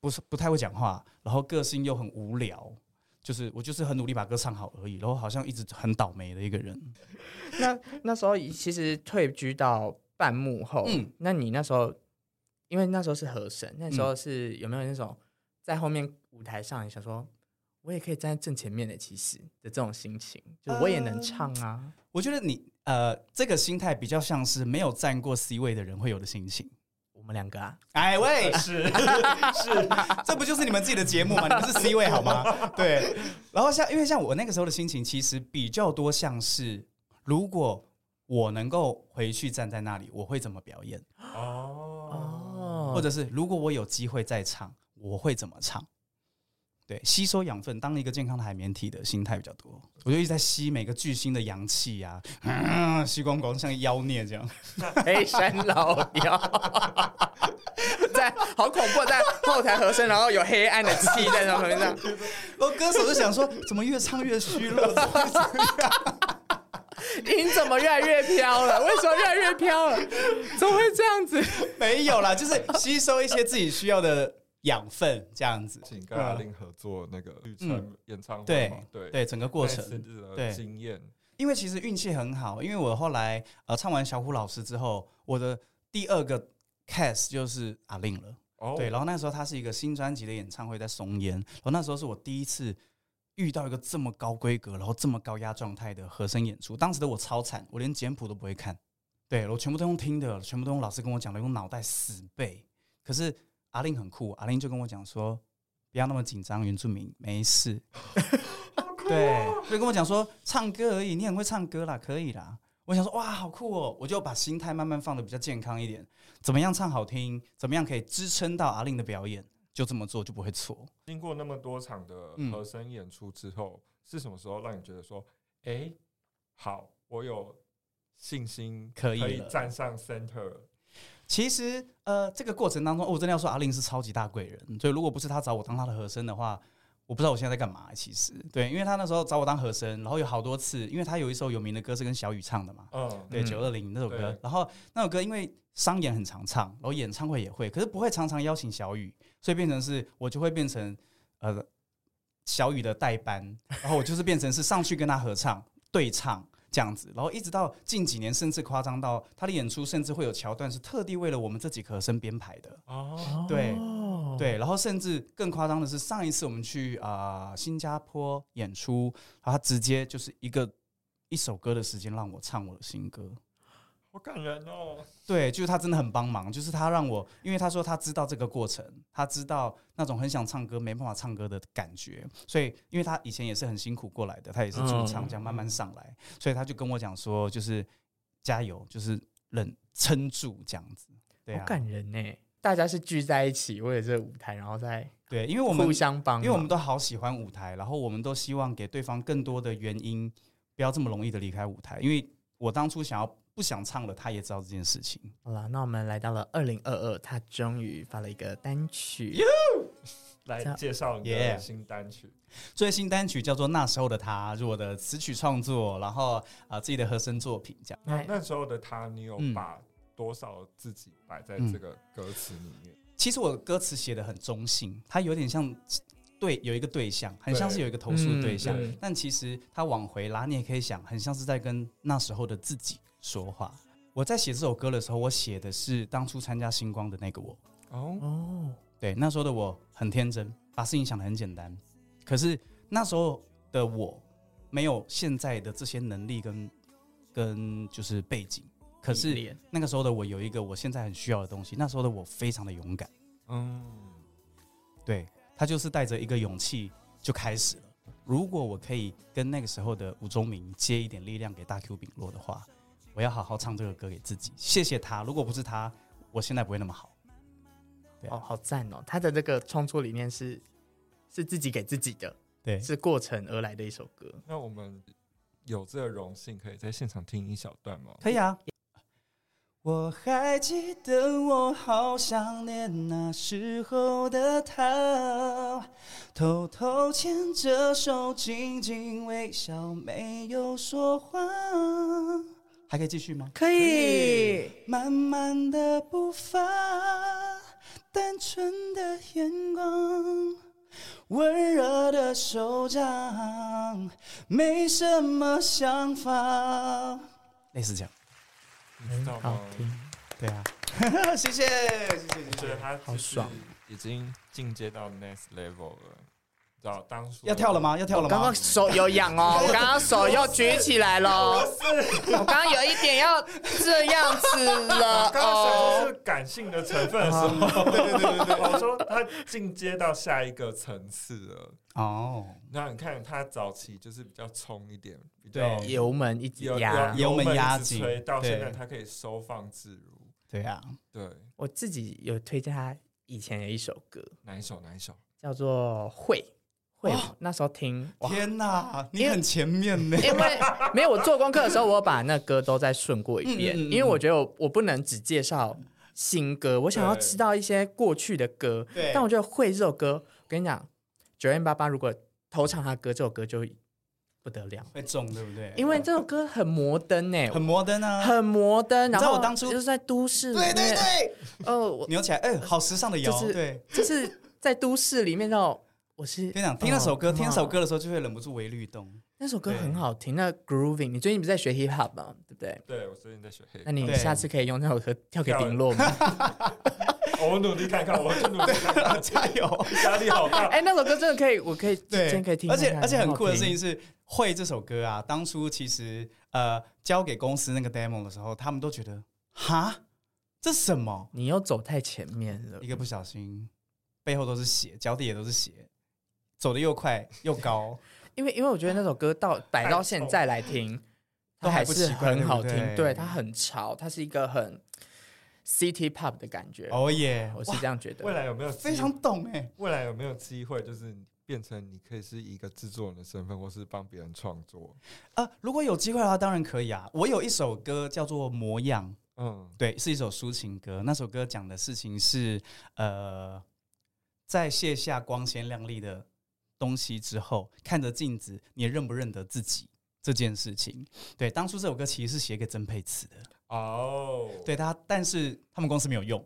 [SPEAKER 3] 不是不太会讲话，然后个性又很无聊，就是我就是很努力把歌唱好而已，然后好像一直很倒霉的一个人。
[SPEAKER 2] 那那时候已其实退居到半幕后，
[SPEAKER 3] 嗯
[SPEAKER 2] 那你那时候因为那时候是和声，那时候是有没有那种在后面舞台上你想说，我也可以站在正前面的，其实的这种心情，就我也能唱啊，
[SPEAKER 3] 我觉得你呃，这个心态比较像是没有站过 C 位的人会有的心情。
[SPEAKER 2] 我们两个啊，
[SPEAKER 3] 哎喂，
[SPEAKER 1] 是
[SPEAKER 3] 这不 就是你们自己的节目 吗？你们是 C 位好吗？对。然后像因为像我那个时候的心情，其实比较多像是，如果我能够回去站在那里，我会怎么表演？
[SPEAKER 1] 哦，
[SPEAKER 2] 哦，
[SPEAKER 3] 或者是如果我有机会再唱，我会怎么唱？对，吸收养分，当一个健康的海绵体的心态比较多。我就一直在吸每个巨星的阳气呀、啊， 吸光光，像妖孽 这样。
[SPEAKER 2] 黑山老妖。 在好恐怖，在后台和声，然后有黑暗的气在他们上。
[SPEAKER 3] 然后歌手就想说，怎么越唱越虚弱？怎么会这样
[SPEAKER 2] 音怎么越来越飘了？为什么越来越飘了？怎么会这样子？
[SPEAKER 3] 没有啦，就是吸收一些自己需要的养分，这样子。
[SPEAKER 1] 请跟阿令合作那个旅程
[SPEAKER 3] 嗯
[SPEAKER 1] 演唱会
[SPEAKER 3] 对
[SPEAKER 1] 嘛，对
[SPEAKER 3] 对，整个过
[SPEAKER 1] 那一
[SPEAKER 3] 程，
[SPEAKER 1] 次的
[SPEAKER 3] 对
[SPEAKER 1] 经验，
[SPEAKER 3] 因为其实运气很好，因为我后来呃唱完小虎老师之后，我的第二个 cast 就是阿令了。
[SPEAKER 1] 哦，
[SPEAKER 3] 对，然后那时候他是一个新专辑的演唱会，在松烟，然后那时候是我第一次遇到一个这么高规格，然后这么高压状态的和声演出。当时的我超惨，我连简谱都不会看，对我全部都用听的，全部都用老师跟我讲的，用脑袋死背。可是阿令很酷，阿令就跟我讲说，不要那么紧张，原住民没事。对，就跟我讲说唱歌而已，你很会唱歌啦，可以啦。我想说哇，好酷哦！我就把心态慢慢放的比较健康一点，怎么样唱好听，怎么样可以支撑到阿令的表演，就这么做就不会错。
[SPEAKER 1] 经过那么多场的
[SPEAKER 3] 嗯
[SPEAKER 1] 和声演出之后，是什么时候让你觉得说，哎、好，我有信心
[SPEAKER 3] 可以
[SPEAKER 1] 可以
[SPEAKER 3] 了
[SPEAKER 1] 站上 center 了
[SPEAKER 3] 其实，呃，这个过程当中，哦我真的要说阿令是超级大贵人。所以，如果不是他找我当他的和声的话，我不知道我现在在干嘛。其实，对，因为他那时候找我当和声，然后有好多次，因为他有一首有名的歌是跟小雨唱的嘛，
[SPEAKER 1] 嗯，
[SPEAKER 3] 对，
[SPEAKER 2] 嗯
[SPEAKER 3] 九二零那首歌
[SPEAKER 1] 对。
[SPEAKER 3] 然后那首歌因为商演很常唱，然后演唱会也会，可是不会常常邀请小雨，所以变成是我就会变成呃小雨的代班，然后我就是变成是上去跟他合唱对唱。这样子，然后一直到近几年，甚至夸张到他的演出，甚至会有桥段是特地为了我们这几颗声编排的。
[SPEAKER 1] 哦，
[SPEAKER 3] 对
[SPEAKER 2] 哦，
[SPEAKER 3] 对，然后甚至更夸张的是，上一次我们去啊、呃新加坡演出，然后他直接就是一个一首歌的时间让我唱我的新歌。
[SPEAKER 1] 好感人哦，
[SPEAKER 3] 对，就是他真的很帮忙，就是他让我，因为他说他知道这个过程，他知道那种很想唱歌没办法唱歌的感觉，所以因为他以前也是很辛苦过来的，他也是驻唱
[SPEAKER 1] 嗯
[SPEAKER 3] 这样慢慢上来，所以他就跟我讲说，就是加油，就是忍撑住这样子。对
[SPEAKER 2] 好
[SPEAKER 3] 啊，
[SPEAKER 2] 感人呢。大家是聚在一起为了这个舞台，然后再
[SPEAKER 3] 对，因为我们
[SPEAKER 2] 哦互相啊帮忙，
[SPEAKER 3] 因为我们都好喜欢舞台，然后我们都希望给对方更多的原因，不要这么容易的离开舞台，因为我当初想要不想唱了，他也知道这件事情。
[SPEAKER 2] 好了，那我们来到了二零二二，他终于发了一个单曲，
[SPEAKER 1] 来
[SPEAKER 2] 这样
[SPEAKER 1] 介绍你的
[SPEAKER 3] Yeah
[SPEAKER 1] 新单曲
[SPEAKER 3] 最新单曲叫做《那时候的他》，是我的词曲创作，然后啊、呃自己的和声作品这样。
[SPEAKER 1] 那
[SPEAKER 2] 哎
[SPEAKER 1] 那时候的他，你有
[SPEAKER 3] 嗯
[SPEAKER 1] 把多少自己摆在
[SPEAKER 3] 嗯
[SPEAKER 1] 这个歌词里面？
[SPEAKER 3] 其实我的歌词写的很中性，它有点像对有一个对象，很像是有一个投诉对象，
[SPEAKER 2] 嗯对
[SPEAKER 3] 但其实它往回拉，你也可以想，很像是在跟那时候的自己说话。我在写这首歌的时候，我写的是当初参加星光的那个我。
[SPEAKER 1] 哦，
[SPEAKER 2] 哦，
[SPEAKER 3] 对，那时候的我很天真，把事情想得很简单。可是那时候的我没有现在的这些能力跟跟就是背景，可
[SPEAKER 2] 历
[SPEAKER 3] 是
[SPEAKER 2] 练
[SPEAKER 3] 那个时候的我有一个我现在很需要的东西。那时候的我非常的勇敢，
[SPEAKER 1] 嗯，
[SPEAKER 3] 对他就是带着一个勇气就开始了。如果我可以跟那个时候的吴宗明借一点力量给大 Q 饼落的话，我要好好唱这个歌给自己，谢谢他。如果不是他，我现在不会那么好。对啊
[SPEAKER 2] 哦，好赞哦！他的这个创作理念是是自己给自己的，
[SPEAKER 3] 对
[SPEAKER 2] 是过程而来的一首歌。
[SPEAKER 1] 那我们有这个荣幸可以在现场听一小段吗？
[SPEAKER 3] 可以啊。我还记得，我好想念那时候的他，偷偷牵着手，紧紧微笑，没有说话。还可以继续吗？
[SPEAKER 2] 可
[SPEAKER 3] 以，慢慢的步伐，单纯的眼光，温热的手掌，没什么想法。类似这样。
[SPEAKER 1] 你知道
[SPEAKER 2] 好
[SPEAKER 1] 吗？
[SPEAKER 2] 听。
[SPEAKER 3] 对啊， 谢谢，谢谢，
[SPEAKER 1] 我觉得他
[SPEAKER 2] 好爽，
[SPEAKER 1] 已经进阶到 next level 了。你知道当初
[SPEAKER 3] 要跳了？吗？要跳了
[SPEAKER 2] 我刚
[SPEAKER 3] 吗
[SPEAKER 2] 刚？手有痒 哦，我刚刚手又举起来了，我刚刚有一点要这样子了
[SPEAKER 1] 刚刚想说
[SPEAKER 2] 哦。
[SPEAKER 1] 是感性的成分的时
[SPEAKER 3] 啊
[SPEAKER 1] 候， 对对对对对，我说他进阶到下一个层次了。
[SPEAKER 3] 哦，
[SPEAKER 1] 那你看他早期就是比较冲一点，比较
[SPEAKER 3] 对
[SPEAKER 2] 油门一直
[SPEAKER 1] 有
[SPEAKER 2] 压，
[SPEAKER 1] 有
[SPEAKER 3] 油门压
[SPEAKER 1] 一直
[SPEAKER 3] 紧
[SPEAKER 1] 吹到现在
[SPEAKER 3] 对
[SPEAKER 1] 他可以收放自如。
[SPEAKER 3] 对啊，
[SPEAKER 1] 对，
[SPEAKER 2] 我自己有推荐他以前的一首歌，
[SPEAKER 1] 哪一首？哪一首？
[SPEAKER 2] 叫做《会》，会
[SPEAKER 3] 哦
[SPEAKER 2] 那时候听，哇
[SPEAKER 3] 天哪，你很前面呢，
[SPEAKER 2] 因为没有我做功课的时候，我把那歌都再顺过一遍，
[SPEAKER 3] 嗯嗯嗯
[SPEAKER 2] 因为我觉得我我不能只介绍新歌，我想要知道一些过去的歌
[SPEAKER 3] 对。
[SPEAKER 2] 但我觉得会这首歌，我跟你讲，九零八八如果头唱他歌，这首歌就不得了，
[SPEAKER 3] 会中对不对？
[SPEAKER 2] 因为这首歌很摩登呢、
[SPEAKER 3] 很摩登啊，
[SPEAKER 2] 很摩登。
[SPEAKER 3] 知道
[SPEAKER 2] 然后
[SPEAKER 3] 我当初
[SPEAKER 2] 就是在都市里
[SPEAKER 3] 对
[SPEAKER 2] 面，
[SPEAKER 3] 对对，
[SPEAKER 2] 哦，我
[SPEAKER 3] 扭起来，哎，好时尚的摇
[SPEAKER 2] 就，是
[SPEAKER 3] 对，
[SPEAKER 2] 就是在都市里面那种，我是
[SPEAKER 3] 跟你讲，听那首歌，
[SPEAKER 2] 哦
[SPEAKER 3] 听那首歌的时候就会忍不住微律动，
[SPEAKER 2] 那首歌
[SPEAKER 3] 对
[SPEAKER 2] 很好听，那 grooving。你最近不是在学 hip hop 吗？对不对？
[SPEAKER 1] 对我最近在学黑
[SPEAKER 2] 那，你
[SPEAKER 3] 对
[SPEAKER 2] 下次可以用那首歌 跳给
[SPEAKER 1] 跳
[SPEAKER 2] 顶落吗？
[SPEAKER 1] 哦我努力看看，我去努力看看，
[SPEAKER 3] 加油！
[SPEAKER 1] 压力好 大。
[SPEAKER 2] 哎，那首歌真的可以，我可以
[SPEAKER 3] 对，
[SPEAKER 2] 今天可以听
[SPEAKER 3] 而
[SPEAKER 2] 看看，
[SPEAKER 3] 且而且很酷的
[SPEAKER 2] 好
[SPEAKER 3] 事
[SPEAKER 2] 听
[SPEAKER 3] 情是，《会》这首歌啊，当初其实呃交给公司那个 demo 的时候，他们都觉得哈，这什么？
[SPEAKER 2] 你又走太前面了
[SPEAKER 3] 一。个不小心，背后都是血，脚底也都是血，走的又快又高，
[SPEAKER 2] 因为因为我觉得那首歌到摆到现在来听，
[SPEAKER 3] 都
[SPEAKER 2] 它
[SPEAKER 3] 还
[SPEAKER 2] 还
[SPEAKER 3] 不
[SPEAKER 2] 是
[SPEAKER 3] 奇怪
[SPEAKER 2] 很好
[SPEAKER 3] 对不
[SPEAKER 2] 听
[SPEAKER 3] 对，
[SPEAKER 2] 对，它很潮，它是一个很 City Pop 的感觉。
[SPEAKER 3] 哦耶，
[SPEAKER 2] 我是这样觉得
[SPEAKER 1] 未。来有没有机
[SPEAKER 3] 非常懂哎，
[SPEAKER 1] 未来有没有机会，就是变成你可以是一个制作人的身份，或是帮别人创作？
[SPEAKER 3] 啊，如果有机会的话，当然可以啊。我有一首歌叫做《模样》，
[SPEAKER 1] 嗯，
[SPEAKER 3] 对，是一首抒情歌。那首歌讲的事情是，呃，在卸下光鲜亮丽的东西之后，看着镜子，你认不认得自己这件事情？对，当初这首歌其实是写给曾沛慈的，
[SPEAKER 1] 哦，
[SPEAKER 3] 对他，但是他们公司没有用。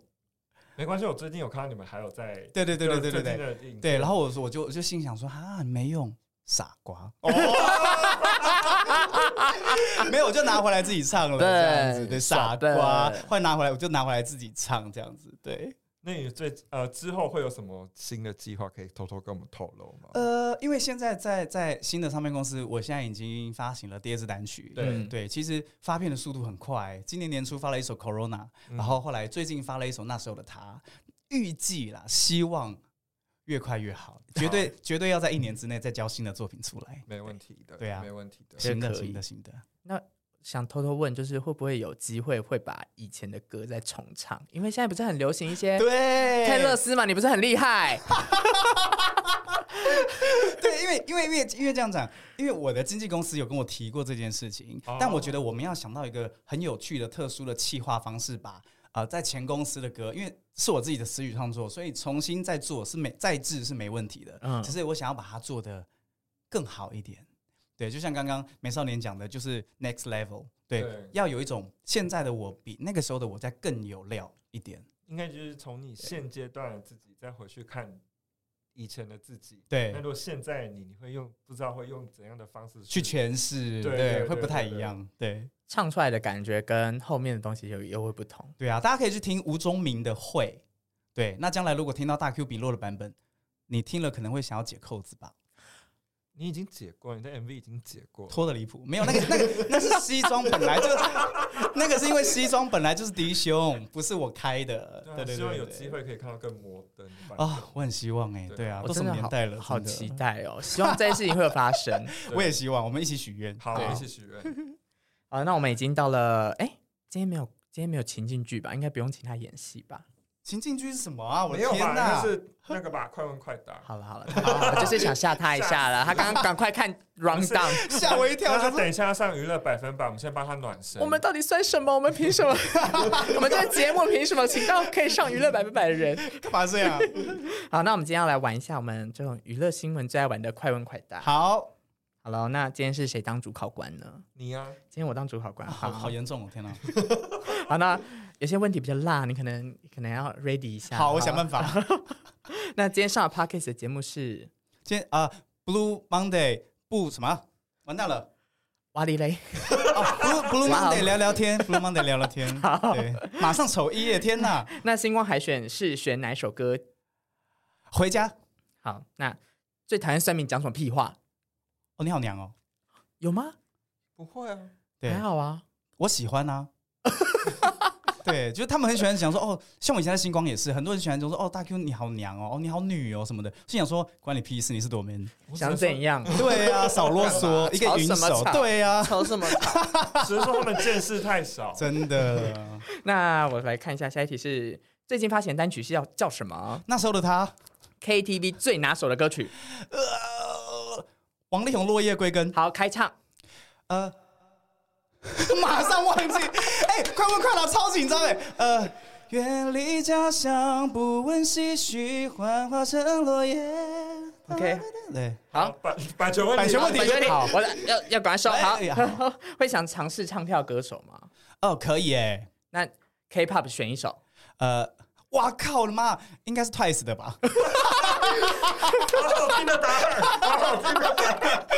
[SPEAKER 1] 没关系，我最近有看到你们还有在，
[SPEAKER 3] 对对对对对对对
[SPEAKER 1] 对对
[SPEAKER 3] 对。然后我说，我就我就心想说，啊，没用，傻瓜。 没有，我就拿回来自己唱了，
[SPEAKER 2] 对
[SPEAKER 3] 这样子，对，傻
[SPEAKER 2] 傻笨
[SPEAKER 3] 瓜，后来拿回来，我就拿回来自己唱，这样子，对。
[SPEAKER 1] 那你最呃之后会有什么新的计划可以偷偷跟我们透露
[SPEAKER 2] 哦
[SPEAKER 1] 吗？
[SPEAKER 3] 呃，因为现在在在新的唱片公司，我现在已经发行了第二支单曲。
[SPEAKER 1] 对
[SPEAKER 2] 嗯
[SPEAKER 3] 对，其实发片的速度很快，今年年初发了一首《Corona》，
[SPEAKER 1] 嗯
[SPEAKER 3] 然后后来最近发了一首《那时候的他》，预计啦，希望越快越好，绝对绝对要在一年之内再交新的作品出来。
[SPEAKER 1] 没问题的，
[SPEAKER 3] 对啊
[SPEAKER 1] 没问题的。
[SPEAKER 3] 新的
[SPEAKER 2] 可以
[SPEAKER 3] 新的新的，
[SPEAKER 2] 想偷偷问，就是会不会有机会会把以前的歌再重唱？因为现在不是很流行一些
[SPEAKER 3] 对，
[SPEAKER 2] 泰勒斯嘛，你不是很厉害？
[SPEAKER 3] 对，因为因为因为因为这样讲，因为我的经纪公司有跟我提过这件事情，
[SPEAKER 1] 哦
[SPEAKER 3] 但我觉得我们要想到一个很有趣的、特殊的企划方式把，呃在前公司的歌，因为是我自己的词语创作，所以重新再做是没再制是没问题的。
[SPEAKER 2] 嗯
[SPEAKER 3] 只是我想要把它做的更好一点。对，就像刚刚美少年讲的，就是 next level 对。
[SPEAKER 1] 对
[SPEAKER 3] 要有一种现在的我比那个时候的我再更有料一点。
[SPEAKER 1] 应该就是从你现阶段的自己再回去看以前的自己。
[SPEAKER 3] 对
[SPEAKER 1] 那如，果现在你，你会用不知道会用怎样的方式
[SPEAKER 3] 去诠释，
[SPEAKER 1] 对对
[SPEAKER 3] 对，
[SPEAKER 1] 对
[SPEAKER 3] 会不太
[SPEAKER 1] 对
[SPEAKER 3] 一
[SPEAKER 1] 对
[SPEAKER 3] 样。对。
[SPEAKER 2] 唱出来的感觉跟后面的东西又又会不同。
[SPEAKER 3] 对啊，大家可以去听吴宗明的《会》。对，那将来如果听到大 Q 比洛的版本，你听了可能会想要解扣子吧，
[SPEAKER 1] 你已经解过，你的 MV 已经解过。
[SPEAKER 3] 脱的离谱。没有那个那个那是西装本来就 那个是因为西装本来就是迪胸，不是我开的。
[SPEAKER 1] 对啊
[SPEAKER 3] 对对对
[SPEAKER 1] 希望有
[SPEAKER 3] 对
[SPEAKER 1] 机会可以看到更摩登的版
[SPEAKER 3] 啊、
[SPEAKER 1] 本。
[SPEAKER 3] 我很希望哎、
[SPEAKER 1] 对
[SPEAKER 3] 对啊，
[SPEAKER 2] 我
[SPEAKER 3] 都什
[SPEAKER 2] 真
[SPEAKER 3] 么
[SPEAKER 2] 的
[SPEAKER 3] 年
[SPEAKER 2] 好
[SPEAKER 3] 代了，
[SPEAKER 2] 好
[SPEAKER 3] 真的嗯
[SPEAKER 2] 期，待哦！希望这件事情会有发 生。
[SPEAKER 3] 我也希望我们一起许愿。
[SPEAKER 1] 好，
[SPEAKER 3] 对
[SPEAKER 1] 我们一起许愿。
[SPEAKER 2] 好，那我们已经到了，哎、今天没有今天没有情境剧吧？应该不用请他演戏吧？
[SPEAKER 3] 情境剧是什么啊？我
[SPEAKER 1] 没
[SPEAKER 3] 的
[SPEAKER 1] 有
[SPEAKER 3] 天
[SPEAKER 1] 吧？
[SPEAKER 3] 哪！
[SPEAKER 1] 就是那个吧，快问快答。
[SPEAKER 2] 好了好了，我就是想吓他一下了。他刚刚赶快看 round down，
[SPEAKER 3] 吓我一跳！
[SPEAKER 1] 那
[SPEAKER 3] 我
[SPEAKER 1] 他
[SPEAKER 3] 想说
[SPEAKER 1] 等一下要上娱乐百分百，我们先帮他暖身。
[SPEAKER 2] 我们到底算什么？我们凭什么？ 我们这个节目凭什么请到可以上娱乐百分百的人？
[SPEAKER 3] 干嘛这样？
[SPEAKER 2] 好，那我们今天要来玩一下我们这种娱乐新闻最爱玩的快问快答。
[SPEAKER 3] 好，
[SPEAKER 2] 好了，那今天是谁当主考官呢？
[SPEAKER 1] 你啊，
[SPEAKER 2] 今天我当主考官，
[SPEAKER 3] 好好严重 哦！天哪！
[SPEAKER 2] 好，那有些问题比较辣，你可能可能要 ready 一下。
[SPEAKER 3] 好，我想
[SPEAKER 2] 问，
[SPEAKER 3] 办法。
[SPEAKER 2] 那今天上的 podcast 的节目是
[SPEAKER 3] 今天啊、b l u e Monday 不什么？完 蛋了！
[SPEAKER 2] 瓦力雷，
[SPEAKER 3] 哦，Blue Blue
[SPEAKER 2] 哇哦
[SPEAKER 3] Monday 聊聊天，Blue Monday 聊聊 天，对，马上丑一耶！天哪，
[SPEAKER 2] 那星光海选是选哪首歌？
[SPEAKER 3] 回家
[SPEAKER 2] 好，那最讨厌算命讲什么屁话？
[SPEAKER 3] 哦，你好娘哦，
[SPEAKER 2] 有吗？
[SPEAKER 1] 不会啊，
[SPEAKER 3] 对
[SPEAKER 2] 还好啊。
[SPEAKER 3] 我喜欢啊。 对，就是他们很喜欢讲说哦，像我以前在星光也是，很多人喜欢讲说哦，大 Q 你好娘哦，哦你好女哦什么的，心想说关你屁事，你是 多 man？？
[SPEAKER 1] 我只
[SPEAKER 2] 想
[SPEAKER 1] 是
[SPEAKER 2] 怎
[SPEAKER 1] 说，
[SPEAKER 2] 样
[SPEAKER 3] 对啊，少啰嗦，一个
[SPEAKER 2] 吵
[SPEAKER 3] 云
[SPEAKER 2] 什么
[SPEAKER 3] 手，
[SPEAKER 2] 吵
[SPEAKER 3] 对啊，
[SPEAKER 2] 吵什么？
[SPEAKER 1] 只是说他们见识太 少。
[SPEAKER 3] 真的。
[SPEAKER 2] 那我来看一下，下一题是最近发行的单曲是要叫什么
[SPEAKER 3] 那时候的他，
[SPEAKER 2] ？KTV 最拿手的歌曲。
[SPEAKER 3] 呃，王力宏落叶归根，
[SPEAKER 2] 好，开唱。
[SPEAKER 3] 呃， 马上忘记， 哎、快问快答，超紧张哎，呃，远离家乡，不问唏嘘，幻化成落叶。
[SPEAKER 2] OK
[SPEAKER 3] 对，
[SPEAKER 2] 好，
[SPEAKER 1] 版版权问题，
[SPEAKER 3] 版权问题
[SPEAKER 2] 我觉得好，我要要赶快收。好
[SPEAKER 3] 哎呀，
[SPEAKER 2] 会想尝试唱跳歌手吗？
[SPEAKER 3] 哦，可以哎，
[SPEAKER 2] 那 K-pop 选一首。
[SPEAKER 3] 呃，哇靠，我的妈，应该是 Twice 的吧？
[SPEAKER 1] 好好听的答案，好好听的答案。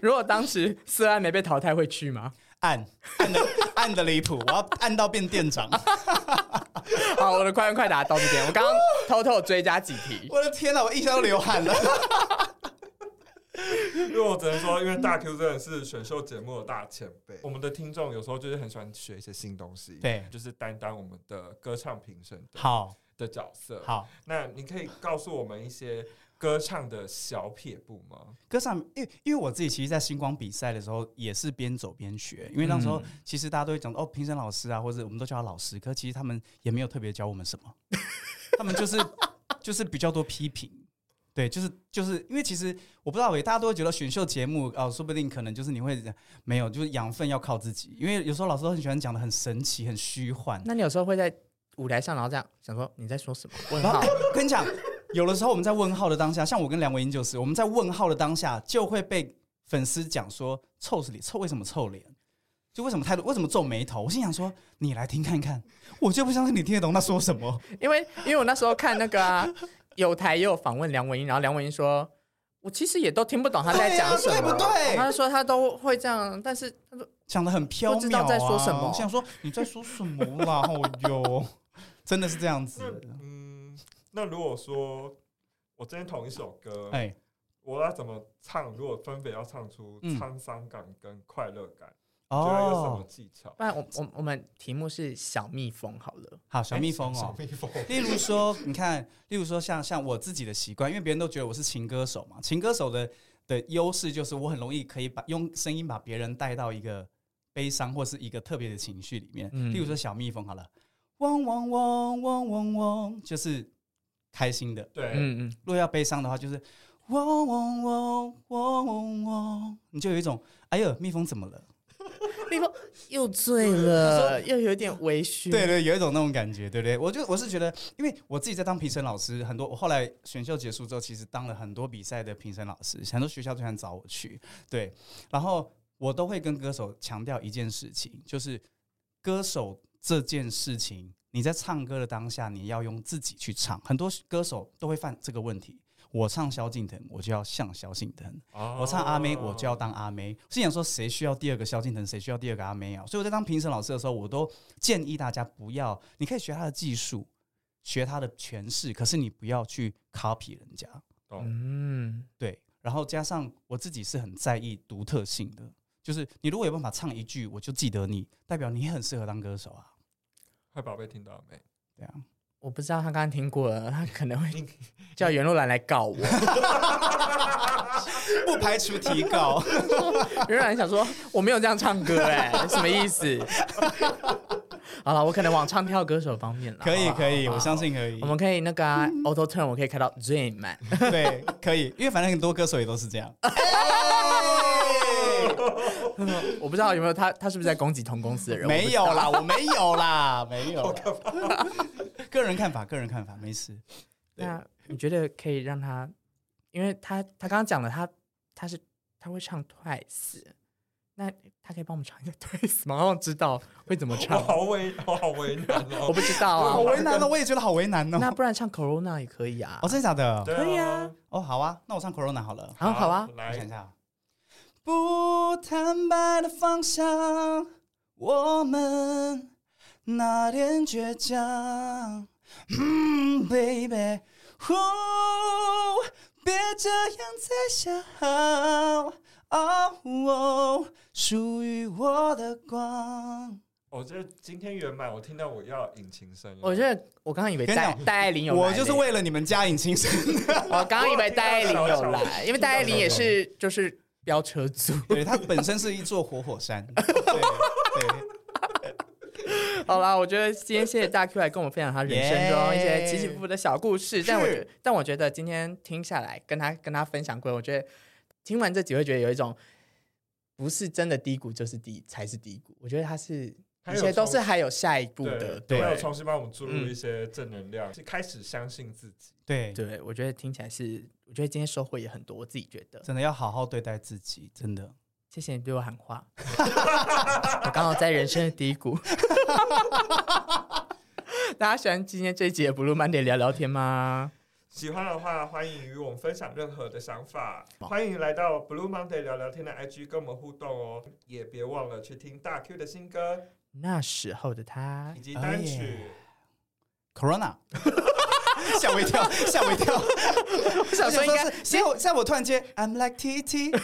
[SPEAKER 2] 如果当时思安没被淘汰，会去吗？
[SPEAKER 3] 按按的 按的离谱，我要按到变店长，
[SPEAKER 2] 好，我的快问快答到这边。我刚刚偷偷追加几题。
[SPEAKER 3] 我的天哪，我一下都流汗了。
[SPEAKER 1] 因为我只能说，因为大 Q 真的是选秀节目的大前辈，我们的听众有时候就是很喜欢学一些新东西，
[SPEAKER 3] 对
[SPEAKER 1] 就是担当我们的歌唱评审的
[SPEAKER 3] 好
[SPEAKER 1] 的角色。
[SPEAKER 3] 好，
[SPEAKER 1] 那你可以告诉我们一些歌唱的小撇步吗？
[SPEAKER 3] 歌唱，因为因为我自己其实，在星光比赛的时候也是边走边学，因为那时候其实大家都会讲哦，评审老师啊，或者我们都叫他老师，可其实他们也没有特别教我们什么， 他们就是就是比较多批评。对，就是就是因为其实我不知道欸，大家都会觉得选秀节目哦，说不定可能就是你会没有，就是养分要靠自己，因为有时候老师都很喜欢讲的很神奇、很虚幻。
[SPEAKER 2] 那你有时候会在舞台上，然后这样想说你在说什么？问
[SPEAKER 3] 然后
[SPEAKER 2] 号
[SPEAKER 3] 哎，跟你讲，有的时候我们在问号的当下，像我跟梁文英就是，我们在问号的当下就会被粉丝讲说臭死你，臭为什么臭脸？就为什么态度？为什么皱眉头？我心想说，你来听看看，我就不相信你听得懂他说什么。
[SPEAKER 2] 因为因为我那时候看那个啊，有台也有访问梁文音，然后梁文音说。我其实也都听不懂他在讲 什么，
[SPEAKER 3] 对啊对不对
[SPEAKER 2] 他说他都会这样，但是他说
[SPEAKER 3] 讲的很飘渺、
[SPEAKER 2] 不
[SPEAKER 3] 啊，
[SPEAKER 2] 知道在说什么
[SPEAKER 3] 我想说你在说什么啦？ 哦哟，真的是这样子。
[SPEAKER 1] 嗯，那如果说我今天同一首歌，
[SPEAKER 3] 哎，
[SPEAKER 1] 我要怎么唱？如果分别要唱出
[SPEAKER 3] 嗯
[SPEAKER 1] 沧桑感跟快乐感，觉得有什么
[SPEAKER 3] 哦，
[SPEAKER 1] 技巧？
[SPEAKER 2] 不然我我我们题目是小蜜蜂好了，
[SPEAKER 3] 好，小蜜蜂
[SPEAKER 1] 小
[SPEAKER 3] 哦。
[SPEAKER 1] 蜜蜂，
[SPEAKER 3] 例如说，你看，例如说像像我自己的习惯，因为别人都觉得我是情歌手嘛，情歌手的的优势就是我很容易可以把用声音把别人带到一个悲伤或是一个特别的情绪里面。
[SPEAKER 2] 嗯
[SPEAKER 3] 例如说小蜜蜂好了，嗡嗡嗡嗡嗡嗡，就是开心的；
[SPEAKER 1] 对，
[SPEAKER 2] 嗯嗯，
[SPEAKER 3] 如果要悲伤的话，就是嗡嗡嗡嗡嗡嗡，你就有一种哎呦，蜜蜂怎么了？
[SPEAKER 2] 蜜蜂又醉了，又有点微醺，
[SPEAKER 3] 对对，有一种那种感觉，对不对？我就我是觉得，因为我自己在当评审老师，很多我后来选秀结束之后，其实当了很多比赛的评审老师，很多学校都想找我去，对。然后我都会跟歌手强调一件事情，就是歌手这件事情，你在唱歌的当下，你要用自己去唱。很多歌手都会犯这个问题。我唱萧敬腾，我就要像萧敬腾；我
[SPEAKER 1] 我
[SPEAKER 3] 唱阿妹，我就要当阿妹。心想说，谁需要第二个萧敬腾，谁需要第二个阿妹啊？所以我在当评审老师的时候，我都建议大家不要，你可以学他的技术，学他的诠释，可是你不要去 copy 人家。
[SPEAKER 1] 懂，
[SPEAKER 2] 嗯，
[SPEAKER 3] 对，然后加上我自己是很在意独特性的，就是你如果有办法唱一句，我就记得你，代表你很适合当歌手啊。
[SPEAKER 1] 坏宝贝听到了没？
[SPEAKER 3] 对啊，
[SPEAKER 2] 我不知道他刚刚听过了，他可能会 叫袁若兰来告我。
[SPEAKER 3] 不排除提高。
[SPEAKER 2] 袁若兰想说我没有这样唱歌、哎，什么意思？好了，我可能往唱跳歌手方面了。
[SPEAKER 3] 可以
[SPEAKER 2] 好不好
[SPEAKER 3] 可以，
[SPEAKER 2] 好不好
[SPEAKER 3] 我相信可以
[SPEAKER 2] 我。们可以那个、啊、auto turn，我可以开到最满。
[SPEAKER 3] 对，可以，因为反正很多歌手也都是这样。
[SPEAKER 2] 我不知道有没有他，他是不是在攻击同公司的人？我不
[SPEAKER 3] 没
[SPEAKER 2] 知道
[SPEAKER 3] 有。啦，我没有啦，没有啦。个人看法，个人看法，没事。对
[SPEAKER 2] 那你觉得可以让他，因为他他刚刚讲了他，他是他会唱 Twice，那他可以帮我们唱一下 Twice 吗？我想知道会怎么
[SPEAKER 1] 我
[SPEAKER 2] 唱，
[SPEAKER 1] 好为，我好为难
[SPEAKER 2] 我
[SPEAKER 1] 哦。
[SPEAKER 2] 不知道啊
[SPEAKER 3] 好。为难哦，我也觉得好为难
[SPEAKER 2] 那
[SPEAKER 3] 哦。
[SPEAKER 2] 不然唱 Corona 也可以啊
[SPEAKER 3] 哦，。真的假的？
[SPEAKER 1] 对
[SPEAKER 2] 可以啊，
[SPEAKER 3] 哦，好啊，那我唱 Corona 好了。
[SPEAKER 2] 好好啊，
[SPEAKER 3] 我
[SPEAKER 1] 来
[SPEAKER 3] 想一，下，不坦白的方向，我们那点倔强。嗯，baby，哦，别这样再想。哦哦，属于我的光。
[SPEAKER 1] 我觉得哦今天圆满，我听到我要引擎声了。
[SPEAKER 2] 我觉得我刚刚以为
[SPEAKER 3] 跟你
[SPEAKER 2] 戴
[SPEAKER 3] 讲
[SPEAKER 2] 戴爱玲有来嘞，
[SPEAKER 3] 我就是为了你们加引擎声。
[SPEAKER 2] 我刚刚以为戴爱玲有
[SPEAKER 1] 我有听到
[SPEAKER 2] 来，因为戴爱玲也是就是飙车族。
[SPEAKER 3] 对，它本身是一座活火山。 对对。
[SPEAKER 2] 好啦，我觉得今天谢谢大 Q 来跟我们分享他人生中一些起起伏伏的小故事，但我觉得，但我觉得今天听下来，跟他跟他分享过，我觉得听完这集会觉得有一种不是真的低谷就是低才是低谷，我觉得他是
[SPEAKER 1] 还
[SPEAKER 2] 一
[SPEAKER 1] 有
[SPEAKER 2] 切都
[SPEAKER 1] 从
[SPEAKER 2] 是还有下一步的，
[SPEAKER 1] 对，
[SPEAKER 2] 对
[SPEAKER 1] 还有重新帮我们注入一些正能量，是开始相信自己。
[SPEAKER 3] 对
[SPEAKER 2] 对，我觉得听起来是，我觉得今天收获也很多，我自己觉得。
[SPEAKER 3] 真的要好好对待自己，真的。
[SPEAKER 2] 谢谢你对我喊话，我刚好在人生的低谷。 大家喜欢今天这一集的 Blue Monday 聊聊天吗？
[SPEAKER 1] 喜欢的话，欢迎与我们分享任何的想法，欢迎来到 Blue Monday 聊聊天的 IG 跟我们互动哦，也别忘了去听大 Q 的新歌
[SPEAKER 2] 那时候的他
[SPEAKER 1] 以，及单曲。
[SPEAKER 3] Oh yeah Corona，吓我一跳， 吓我一跳。
[SPEAKER 2] 我想说应该
[SPEAKER 3] 是，吓我吓我突然间，I'm like TT。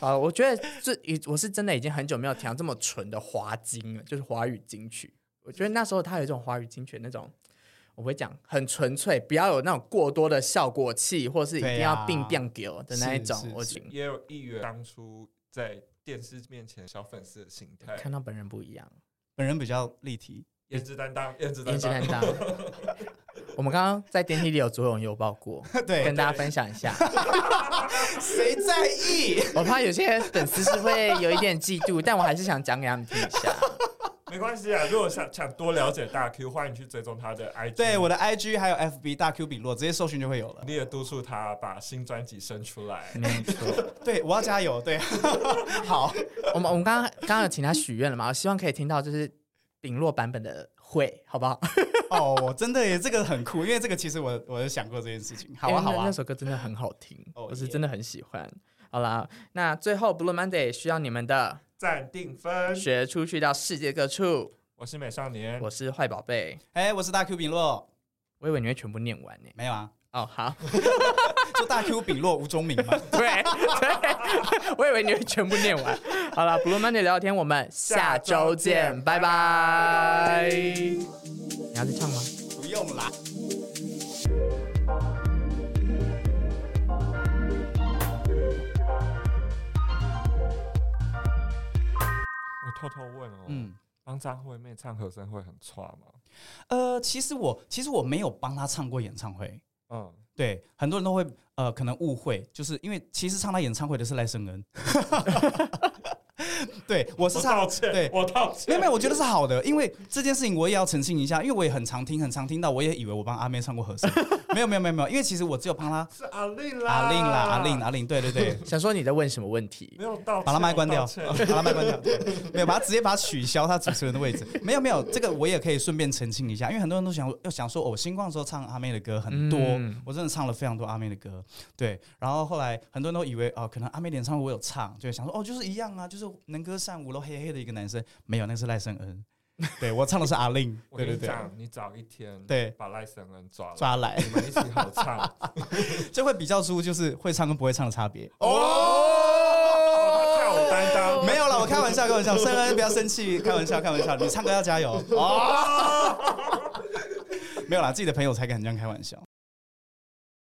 [SPEAKER 2] 啊，我觉得这已我是真的已经很久没有听到这么纯的华金了，就是华语金曲。我觉得那时候他有一种华语金曲的那种，我会讲很纯粹，不要有那种过多的效果器，或是一定
[SPEAKER 3] 对
[SPEAKER 2] 要
[SPEAKER 3] 啊
[SPEAKER 2] 并变给我的那一种
[SPEAKER 3] 是。是
[SPEAKER 2] 我
[SPEAKER 3] 是
[SPEAKER 2] 觉
[SPEAKER 1] 也有议员当初在电视面前小粉丝的心态，
[SPEAKER 2] 看到本人不一样，
[SPEAKER 3] 本人比较立体，
[SPEAKER 1] 颜值担当，颜值担
[SPEAKER 2] 年纪
[SPEAKER 1] 当，
[SPEAKER 2] 很大。 我们刚刚在电梯里有左拥右抱过，
[SPEAKER 3] 对
[SPEAKER 2] 跟，大家分享一下。
[SPEAKER 3] 谁在意？
[SPEAKER 2] 我怕有些粉丝是会有一点嫉妒，但我还是想讲给他们听一下。
[SPEAKER 1] 没关系啊。如果想想多了解大 Q，欢迎去追踪他的 IG。
[SPEAKER 3] 对，我的 IG 还有 FB 大 Q 比洛，直接搜寻就会有了
[SPEAKER 1] 你。也督促他把新专辑生出 来。
[SPEAKER 2] 没有错，
[SPEAKER 3] 对，我要加油。对， 好，
[SPEAKER 2] 我们我们刚刚刚刚有请他许愿了嘛？我希望可以听到就是丙洛版本的会，好不好？
[SPEAKER 3] 哦，我真的耶，这个很酷，因为这个其实我我有想过这件事情。好
[SPEAKER 2] 因
[SPEAKER 3] 啊，
[SPEAKER 2] 为
[SPEAKER 3] 好
[SPEAKER 2] 哎那那
[SPEAKER 3] 啊，
[SPEAKER 2] 首歌真的很好听，
[SPEAKER 3] 哦
[SPEAKER 2] 我是
[SPEAKER 3] 耶
[SPEAKER 2] 真的很喜欢。好啦，那最后 Blue Monday 需要你们的
[SPEAKER 1] 暂定分，
[SPEAKER 2] 学出去到世界各处。
[SPEAKER 1] 我是美少年，
[SPEAKER 2] 我是坏宝贝，
[SPEAKER 3] 哎、我是大 Q 比洛，
[SPEAKER 2] 我以为你会全部念完呢。
[SPEAKER 3] 没有啊，
[SPEAKER 2] 哦，好，
[SPEAKER 3] 就大 Q 比洛吴宗明嘛。
[SPEAKER 2] 对对，我以为你会全部念完。好了，Blue Monday 聊天，我们下周见，拜拜。你要再唱吗？
[SPEAKER 3] 不用啦。
[SPEAKER 1] 我偷偷问哦，嗯，
[SPEAKER 3] 嗯，
[SPEAKER 1] 帮张惠妹唱和声会很差吗？
[SPEAKER 3] 呃，其实我其实我没有帮他唱过演唱会。
[SPEAKER 1] 嗯，
[SPEAKER 3] 对，很多人都会呃，可能误会，就是因为其实唱他演唱会的是赖声恩， 对我是
[SPEAKER 1] 我
[SPEAKER 3] 唱
[SPEAKER 1] 道歉，
[SPEAKER 3] 对
[SPEAKER 1] 我道
[SPEAKER 3] 没有
[SPEAKER 1] 歉
[SPEAKER 3] 没。有，我觉得是好的，因为这件事情我也要澄清一下，因为我也很常听，很常听到，我也以为我帮阿妹唱过和声，没有没有没有没有，因为其实我只有帮她
[SPEAKER 1] 是阿令啦，
[SPEAKER 3] 阿令啦阿令，阿令，对对对，
[SPEAKER 2] 想说你在问什么问题？
[SPEAKER 1] 没有道歉，
[SPEAKER 3] 把她麦关掉
[SPEAKER 1] 我道，歉
[SPEAKER 3] 把她麦关掉，对没有把她直接把她取消她主持人的位置，没有没有，这个我也可以顺便澄清一下，因为很多人都想要想说，哦，新冠的时候唱阿妹的歌很多，
[SPEAKER 2] 嗯
[SPEAKER 3] 我真的唱了非常多阿妹的歌，对，然后后来很多人都以为哦，可能阿妹演唱会我有唱，就想说哦，就是一样啊，就是能歌善舞，然后黑黑的一个男生，没有，那是赖声恩。对我唱的是阿令，
[SPEAKER 1] 我
[SPEAKER 3] 对
[SPEAKER 1] 跟
[SPEAKER 3] 对
[SPEAKER 1] 你
[SPEAKER 3] 对，
[SPEAKER 1] 讲，你早一天
[SPEAKER 3] 对
[SPEAKER 1] 把赖声恩抓了，
[SPEAKER 3] 抓来，
[SPEAKER 1] 你们一起合 唱。
[SPEAKER 3] 就会比较出就是会唱跟不会唱的差别。
[SPEAKER 1] 哦哦，他跳舞担当
[SPEAKER 3] 没有啦，我开玩笑，开玩笑，声恩不要生气，开玩笑，开玩笑，哦
[SPEAKER 1] 哦
[SPEAKER 3] 你唱歌要加油哦。没有啦，自己的朋友才敢这样开玩笑。